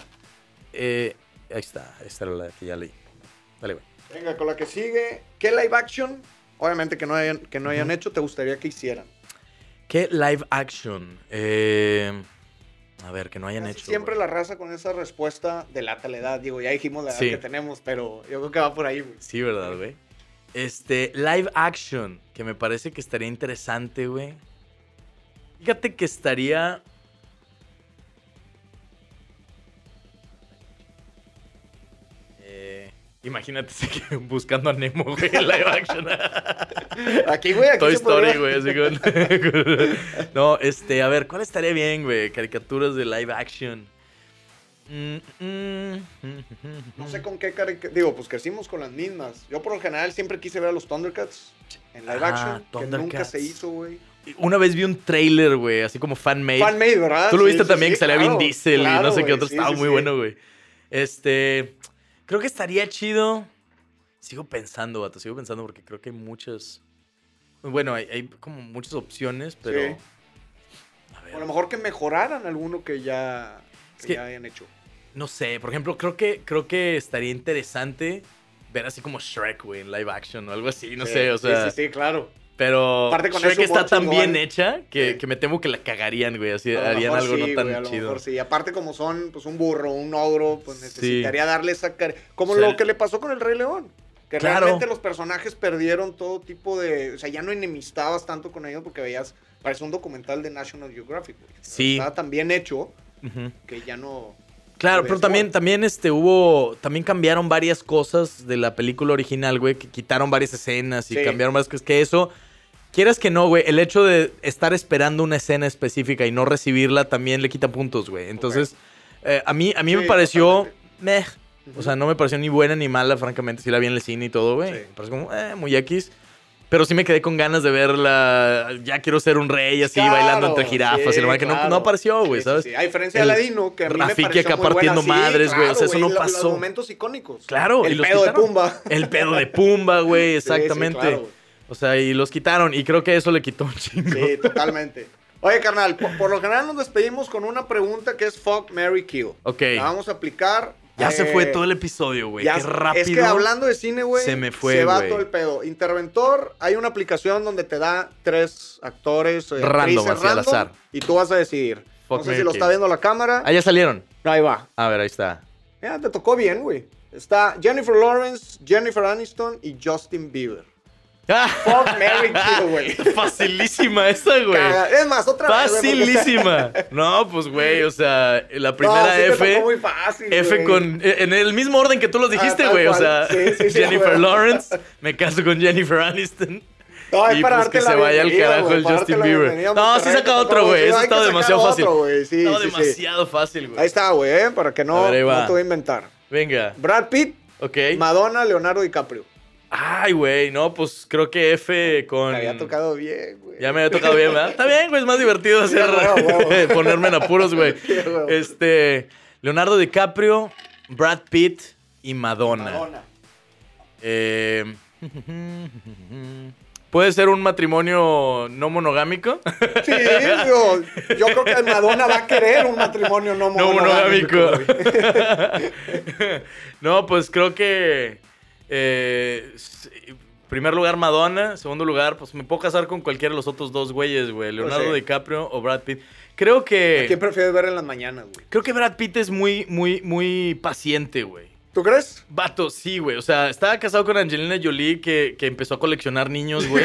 Eh, ahí está, esta era la que ya leí. Dale, güey.
Venga, con la que sigue. ¿Qué live action? Obviamente que no hayan, que no hayan
Ujú.
hecho, te gustaría que hicieran.
¿Qué live action? Eh, a ver, que no hayan
Casi
hecho.
siempre
güey.
la raza con esa respuesta delata la edad. Digo, ya dijimos la edad
Sí.
que tenemos, pero yo creo que va por ahí,
*laughs*
güey.
Sí, ¿verdad, güey? Este, live action, que me parece que estaría interesante, güey. Fíjate que estaría. Eh, imagínate *laughs* que buscando a Nemo, güey, live action.
Aquí, güey, aquí
Toy
se
Story,
podría-
güey. así con- *laughs* no, este, a ver, ¿cuál estaría bien, güey? Caricaturas de live action. Mm, mm,
*laughs* No sé con qué carica- Digo, pues crecimos con las mismas. Yo por lo general siempre quise ver a los Thundercats en live
Ah,
action, que nunca
Thundercats.
se hizo, güey.
Una vez vi un trailer, güey, así como fan-made.
Fan made, ¿verdad?
Tú lo
ah, Sí,
viste
sí,
también
sí,
que salía
claro,
Vin Diesel y no
claro,
sé qué
güey,
otro.
sí,
estaba
sí,
muy
sí.
bueno, güey. Este, creo que estaría chido. Sigo pensando, vato, sigo pensando porque creo que hay muchas... Bueno, hay, hay como muchas opciones, pero...
Sí.
A
O a lo mejor que mejoraran alguno que ya, que
Es que-
ya hayan hecho.
No sé, por ejemplo, creo que, creo que estaría interesante ver así como Shrek, güey, en live action o algo así, no
Sí,
sé, o sea.
Sí, sí, sí, claro.
Pero
Aparte con
Shrek
ese humor
está tan bien
chingón.
hecha que,
Sí.
que me temo que la cagarían, güey, así
A lo
harían
mejor
algo
sí,
no tan
güey, a lo
chido.
mejor sí. Y aparte, como son pues un burro, un ogro, pues
Sí.
necesitaría darle esa cara. Como
O sea,
lo
el-
que le pasó con el Rey León. Que
Claro.
realmente los personajes perdieron todo tipo de. O sea, ya no enemistabas tanto con ellos porque veías. Parece un documental de National Geographic, güey.
Sí.
Estaba tan bien hecho
Ujú.
que ya no.
Claro,
Lo
pero
ves,
también,
güey.
también este, hubo. También cambiaron varias cosas de la película original, güey, que quitaron varias escenas y
Sí.
cambiaron varias cosas. Que eso. Quieras que no, güey, el hecho de estar esperando una escena específica y no recibirla también le quita puntos, güey. Entonces, eh, a mí, a mí me
Sí,
pareció.
totalmente.
Meh, O sea, no me pareció ni buena ni mala, francamente. Sí la vi en el cine y todo, güey.
Sí.
Me pareció como, eh, muy X. Pero sí me quedé con ganas de verla. Ya quiero ser un rey así,
Claro,
bailando entre jirafas.
sí,
y la verdad que no,
claro.
no apareció, güey,
Sí, sí,
¿sabes?
sí. A diferencia
El
de Aladino, que a mí
Rafiki
me pareció
acá
muy buena.
partiendo
Sí,
madres, güey, o sea, eso no
y lo-
pasó.
Los momentos icónicos.
Claro, y
El
los
pedo de
quitaron.
Pumba.
El pedo de Pumba, güey, *laughs* exactamente.
Sí, sí, claro, güey.
O sea, y los quitaron. Y creo que eso le quitó un chingo.
Sí, totalmente. Oye, carnal, po- por, lo general nos despedimos con una pregunta que es Fuck, Mary Kill.
Ok.
La vamos a aplicar.
Ya se
eh,
fue todo el episodio, güey.
ya-
Qué rápido.
Es que hablando de cine, güey,
se me fue,
se va
güey.
todo el pedo. Interventor, hay una aplicación donde te da tres actores eh,
Random,
actrices
así, al
random,
azar.
Y tú vas a decidir.
Fuck,
no sé
Mary,
si lo
Kill.
está viendo la cámara.
Ah, ya salieron.
Ahí va.
A ver, ahí está. *laughs*
Mira, te tocó bien, güey. Está Jennifer Lawrence, Jennifer Aniston y Justin Bieber.
Ah,
Fuck Mary Kill, güey.
facilísima esa, *laughs* güey.
Caga- Es más, otra vez. güey, porque-
Facilísima.
*laughs*
No, pues, güey, o sea, la
No,
primera
sí te
F.
tocó muy fácil,
F
güey. Ah,
con. eh, En el mismo orden que tú los dijiste,
tal
güey. o
cual.
sea,
Sí, sí, sí,
Jennifer
güey.
Lawrence, me caso con Jennifer Aniston.
No, es
y
para
pues
darte
que
la
se vaya al
bienvenida,
carajo
güey,
el
para darte
Justin
la bienvenida
Bieber.
a
No, sí
Monterrey,
saca
te
otro,
tocó,
güey.
sí,
Eso
hay que
estaba
sacar
demasiado
otro,
fácil.
güey, sí,
Estaba
sí, sí.
demasiado fácil, güey.
Ahí está, güey, eh, para que no,
A ver, ahí va.
no te voy a inventar.
Venga,
Brad Pitt,
ok.
Madonna, Leonardo DiCaprio.
Ay, güey, no, pues creo que F con.
Te había tocado bien, güey.
Ya me había tocado bien, ¿verdad? Está bien, güey, es
*laughs*
más divertido hacer.
güey, güey.
*laughs* ponerme en
*laughs*
apuros, güey.
Sí, güey.
Este. Leonardo DiCaprio, Brad Pitt y Madonna.
Madonna.
Eh, *laughs* ¿Puede ser un matrimonio no monogámico?
Sí, digo, yo creo que Madonna va a querer un matrimonio no
No
monogámico.
monogámico.
güey.
*laughs* no, pues creo que. eh, s- primer lugar, Madonna. Segundo lugar, pues me puedo casar con cualquiera de los otros dos güeyes, güey. Leonardo
sí.
DiCaprio o Brad Pitt. Creo Oh, que.
¿A quién prefieres ver en las mañanas, güey?
Creo que Brad Pitt es muy, muy, muy paciente, güey.
¿Tú crees?
Vato, sí, güey. O sea, estaba casado con Angelina Jolie que, que empezó a coleccionar
*laughs*
niños, güey.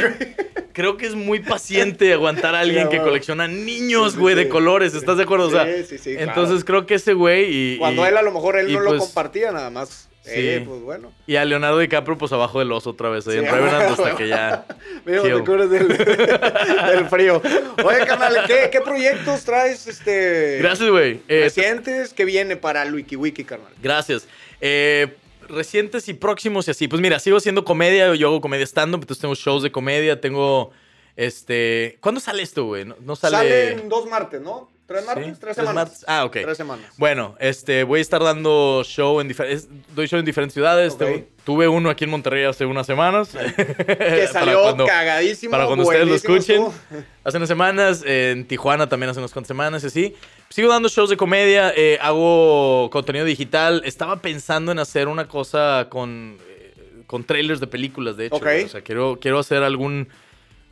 Creo que es muy paciente aguantar a alguien
Sí,
que
güey.
colecciona niños,
Sí, sí,
güey, de
sí.
colores. ¿Estás de acuerdo? O sea,
Sí, sí, sí, claro.
entonces creo que ese güey y...
Cuando
y-
él a lo mejor él
y
no lo
pues-
compartía nada más.
Sí.
Eh, pues bueno.
Y a Leonardo DiCaprio, pues abajo del oso otra vez. Ahí en
Sí,
Revenant
güey.
hasta
*laughs*
que ya...
Mira,
Kill.
te cubres del, *laughs* del frío. Oye, carnal, ¿qué, qué proyectos traes este,
Gracias, güey. Eh,
recientes? ¿Qué viene para el WikiWiki, carnal?
Gracias. Eh, recientes y próximos y así. Pues mira, sigo haciendo comedia. Yo hago comedia stand-up, entonces tengo shows de comedia. Tengo. Este. ¿Cuándo sale esto, güey? No, no sale.
Salen dos martes, ¿no? ¿Tres
¿Sí?
martes? ¿Tres,
¿Tres
semanas?
martes? Ah, ok.
Tres semanas.
Bueno, este, voy a estar dando show en diferentes. Doy show en diferentes ciudades.
Ok.
Tengo- Tuve uno aquí en Monterrey hace unas semanas. *laughs*
que
que
salió cagadísimo.
eh, para cuando ustedes lo
buenísimo
escuchen.
estuvo.
Hace unas semanas, en Tijuana también hace unas cuantas semanas y así. Sigo dando shows de comedia, eh, hago contenido digital. Estaba pensando en hacer una cosa con, eh, con trailers de películas, de hecho.
Ok.
güey. O sea, quiero, quiero hacer algún,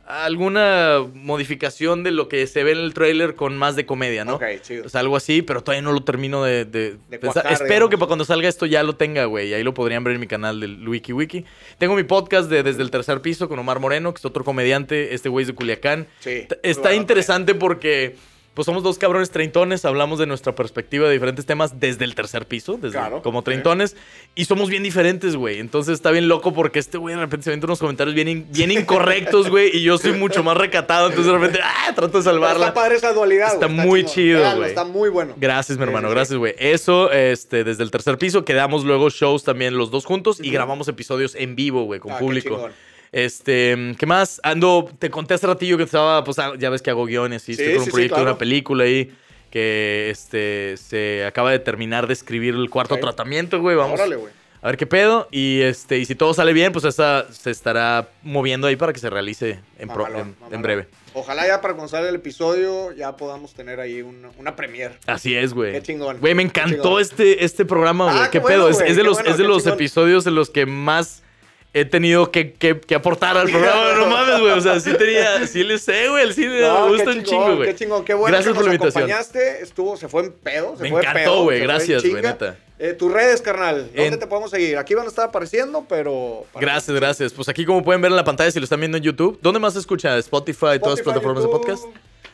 alguna modificación de lo que se ve en el trailer con más de comedia, ¿no?
Ok, chido.
O sea, algo así, pero todavía no lo termino de, de
De
pensar.
cuajar,
Espero
digamos.
que para cuando salga esto ya lo tenga, güey. Y Ahí lo podrían ver en mi canal del Wiki Wiki. Tengo mi podcast de Desde el Tercer Piso con Omar Moreno, que es otro comediante. Este güey es de Culiacán.
Sí,
T-
muy eh.
Está
bueno,
interesante porque pues somos dos cabrones treintones, hablamos de nuestra perspectiva de diferentes temas desde el tercer piso, desde
Claro,
como
sí.
treintones, y somos bien diferentes, güey. Entonces está bien loco porque este güey de repente se avienta unos comentarios bien, in- bien incorrectos, güey, y yo soy mucho más recatado, entonces de repente, ah, trato de
Pero
salvarla.
Está padre esa dualidad. güey,
Está muy chido,
Véanlo,
güey.
Está muy bueno.
Gracias, mi
Sí,
hermano.
sí, sí.
Gracias, güey. Eso, este, desde el tercer piso, quedamos luego shows también los dos juntos y
Ujú.
grabamos episodios en vivo, güey, con
Ah, qué
público.
chingón.
Este, ¿qué más? Ando, te conté hace ratillo que estaba, pues ah, ya ves que hago guiones y
Sí,
estoy con
sí,
un
sí,
proyecto de
claro.
una película ahí que este se acaba de terminar de escribir el cuarto
Ok.
tratamiento, güey. Vamos
Órale, güey.
a ver qué pedo. Y este, y si todo sale bien, pues esa se estará moviendo ahí para que se realice en, pro-
Mamalón,
en- en
mamalón.
breve.
Ojalá ya para comenzar el episodio ya podamos tener ahí una, una premiere.
Así es, güey.
Qué chingón.
Güey, me
Qué
encantó
chingón.
este, este programa, güey.
Ah, qué
qué,
bueno,
pedo. Es-
güey,
es, de
qué
los,
bueno,
es de
qué
los
chingón.
episodios en los que más he tenido que, que- que aportar al programa. no mames, güey. O sea, sí tenía, sí le sé, güey. Sí le
No,
gusta
qué
un chingo, güey.
Qué chingón, qué bueno. que
Gracias por
nos
la invitación.
acompañaste, estuvo, se fue en pedo. Se
Me
fue
encantó,
pedo,
güey,
se fue en
gracias, güey,
chinga.
neta.
Eh, tus redes, carnal. ¿Dónde
En-
te podemos seguir? Aquí van a estar apareciendo, pero. para-
Gracias, gracias. Pues aquí, como pueden ver en la pantalla, si lo están viendo en YouTube, ¿dónde más se escucha? ¿Spotify, todas las
Spotify,
plataformas
YouTube,
de podcast?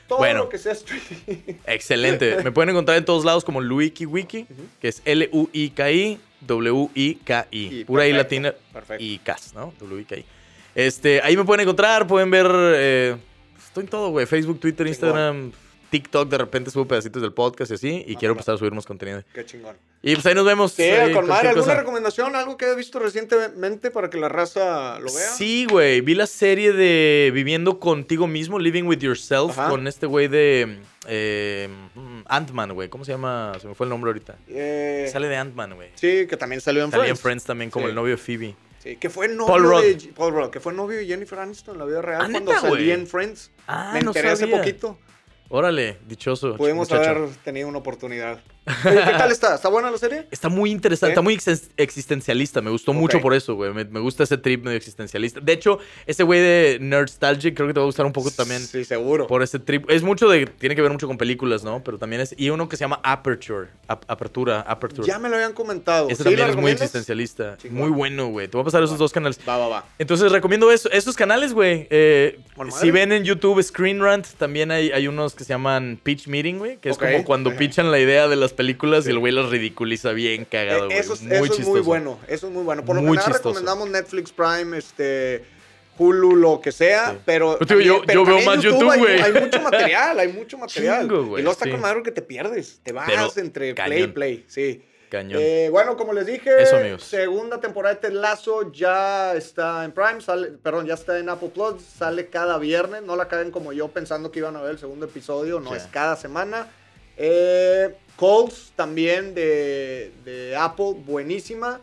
Todo
Bueno.
lo que sea streaming.
Excelente. Me pueden encontrar en todos lados como Luiki Wiki, que es L-U-I-K-I, W-I-K-I.
*laughs* Y
Pura I
perfecto,
latina
perfecto.
y CAS, ¿no? W-I-K-I. Este, ahí me pueden encontrar, pueden ver. eh, estoy en todo, güey. Facebook, Twitter,
Chingón.
Instagram, TikTok de repente subo pedacitos del podcast y así. Y
Ah,
quiero
mira.
empezar a subir más contenido.
Qué chingón.
Y pues ahí nos vemos.
Sí,
ahí,
con madre.
cualquier
¿Alguna
cosa.
recomendación? ¿Algo que hayas visto recientemente para que la raza lo vea?
Sí, güey. Vi la serie de Viviendo contigo mismo, Living with Yourself,
Ajá.
con este güey de eh, mm, Ant-Man, güey. ¿Cómo se llama? Se me fue el nombre ahorita.
Eh,
Sale de Ant-Man, güey.
sí, que también salió en
Salía en
Friends.
Friends también, como
Sí.
el novio de Phoebe.
Sí, que fue novio
Paul Rudd.
de Paul Rudd, que fue novio de Jennifer Aniston en la vida real
Ah,
cuando
¿neta,
salí
güey?
en Friends.
Ah,
Me
no
enteré hace
sabía.
poquito.
Órale, dichoso.
Pudimos
muchacho.
haber tenido una oportunidad. *laughs* Oye, ¿Qué tal está? ¿Está buena la serie?
Está muy interesante,
¿Eh?
está muy exis- existencialista. Me gustó
Ok.
mucho por eso, güey. Me, me gusta ese trip medio existencialista. De hecho, ese güey de Nerdstalgic creo que te va a gustar un poco también
Sí, seguro.
por ese trip. Es mucho de. Tiene que ver mucho con películas, ¿no? Pero también es. Y uno que se llama Aperture. Ap- apertura, Aperture.
Ya me lo habían comentado.
Ese
¿Sí
también
la
es muy
recomiendas?
existencialista.
Chingón.
Muy bueno, güey. Te voy a pasar esos dos canales.
Va, va, va.
Entonces recomiendo eso- esos canales, güey. Eh,
Con madre.
si ven en YouTube Screen Rant, también hay, hay unos que se llaman Pitch Meeting, güey, que es
Ok.
como cuando
Ajá.
pichan la idea de las películas
Sí.
y el güey las ridiculiza bien cagado,
Eh,
güey.
eso es
muy
eso es
chistoso.
muy bueno. Eso es muy bueno. Por lo
Muy
general
chistoso.
recomendamos Netflix Prime, este. Hulu, lo que sea,
Sí.
pero.
Pero, tío, yo-
pero
yo veo
también
más YouTube,
hay-
güey.
Hay, mucho material, hay
*laughs*
mucho material.
Chingo, güey,
y luego está
sí.
con madre que te pierdes. Te vas
Pero
entre
cañón.
play, play. Sí.
Cañón.
Eh, bueno, como les dije,
Eso, amigos.
segunda temporada de Ted Lasso ya está en Prime, sale, perdón, ya está en Apple Plus, sale cada viernes. No la caen como yo pensando que iban a ver el segundo episodio, no
Sí.
es cada semana. Eh, Calls también de, de Apple, buenísima.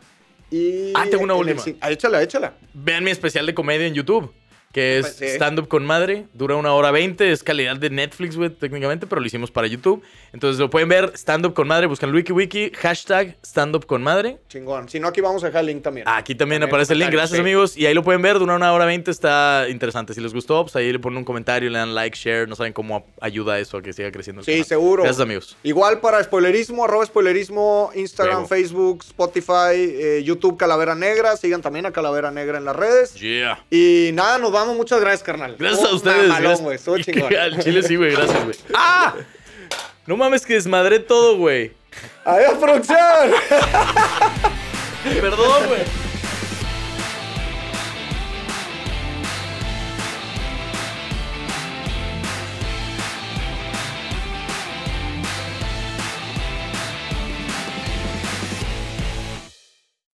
Y
Ah, tengo una
en el
última.
cin- ah, échala, échala.
Vean mi especial de comedia en YouTube, que es
Pues, sí.
stand-up con madre. Dura una hora veinte, es calidad de Netflix, güey, técnicamente, pero lo hicimos para YouTube. Entonces lo pueden ver, stand-up con madre, buscan WikiWiki, hashtag stand-up con madre.
Chingón. Si no, aquí vamos a dejar el link también.
Aquí también
También
aparece el link,
comentarios,
gracias
sí.
amigos. Y ahí lo pueden ver, dura una hora veinte, está interesante. Si les gustó, pues ahí le ponen un comentario, le dan like, share, no saben cómo a- ayuda eso a que siga creciendo. el
Sí,
canal.
seguro.
Gracias amigos.
Igual para spoilerismo, arroba spoilerismo, Instagram,
Huevo.
Facebook, Spotify, eh, YouTube Calavera Negra. Sigan también a Calavera Negra en las redes.
Yeah.
Y nada, nos vamos. Muchas gracias, carnal.
Gracias a
Estuvo
ustedes.
mamalón,
gracias.
güey. Estuvo
Y que
chingón.
*laughs* Al chile sí, güey,
*laughs*
gracias, güey. ¡Ah! No mames que desmadré todo, güey.
Adiós, producción.
Perdón, güey.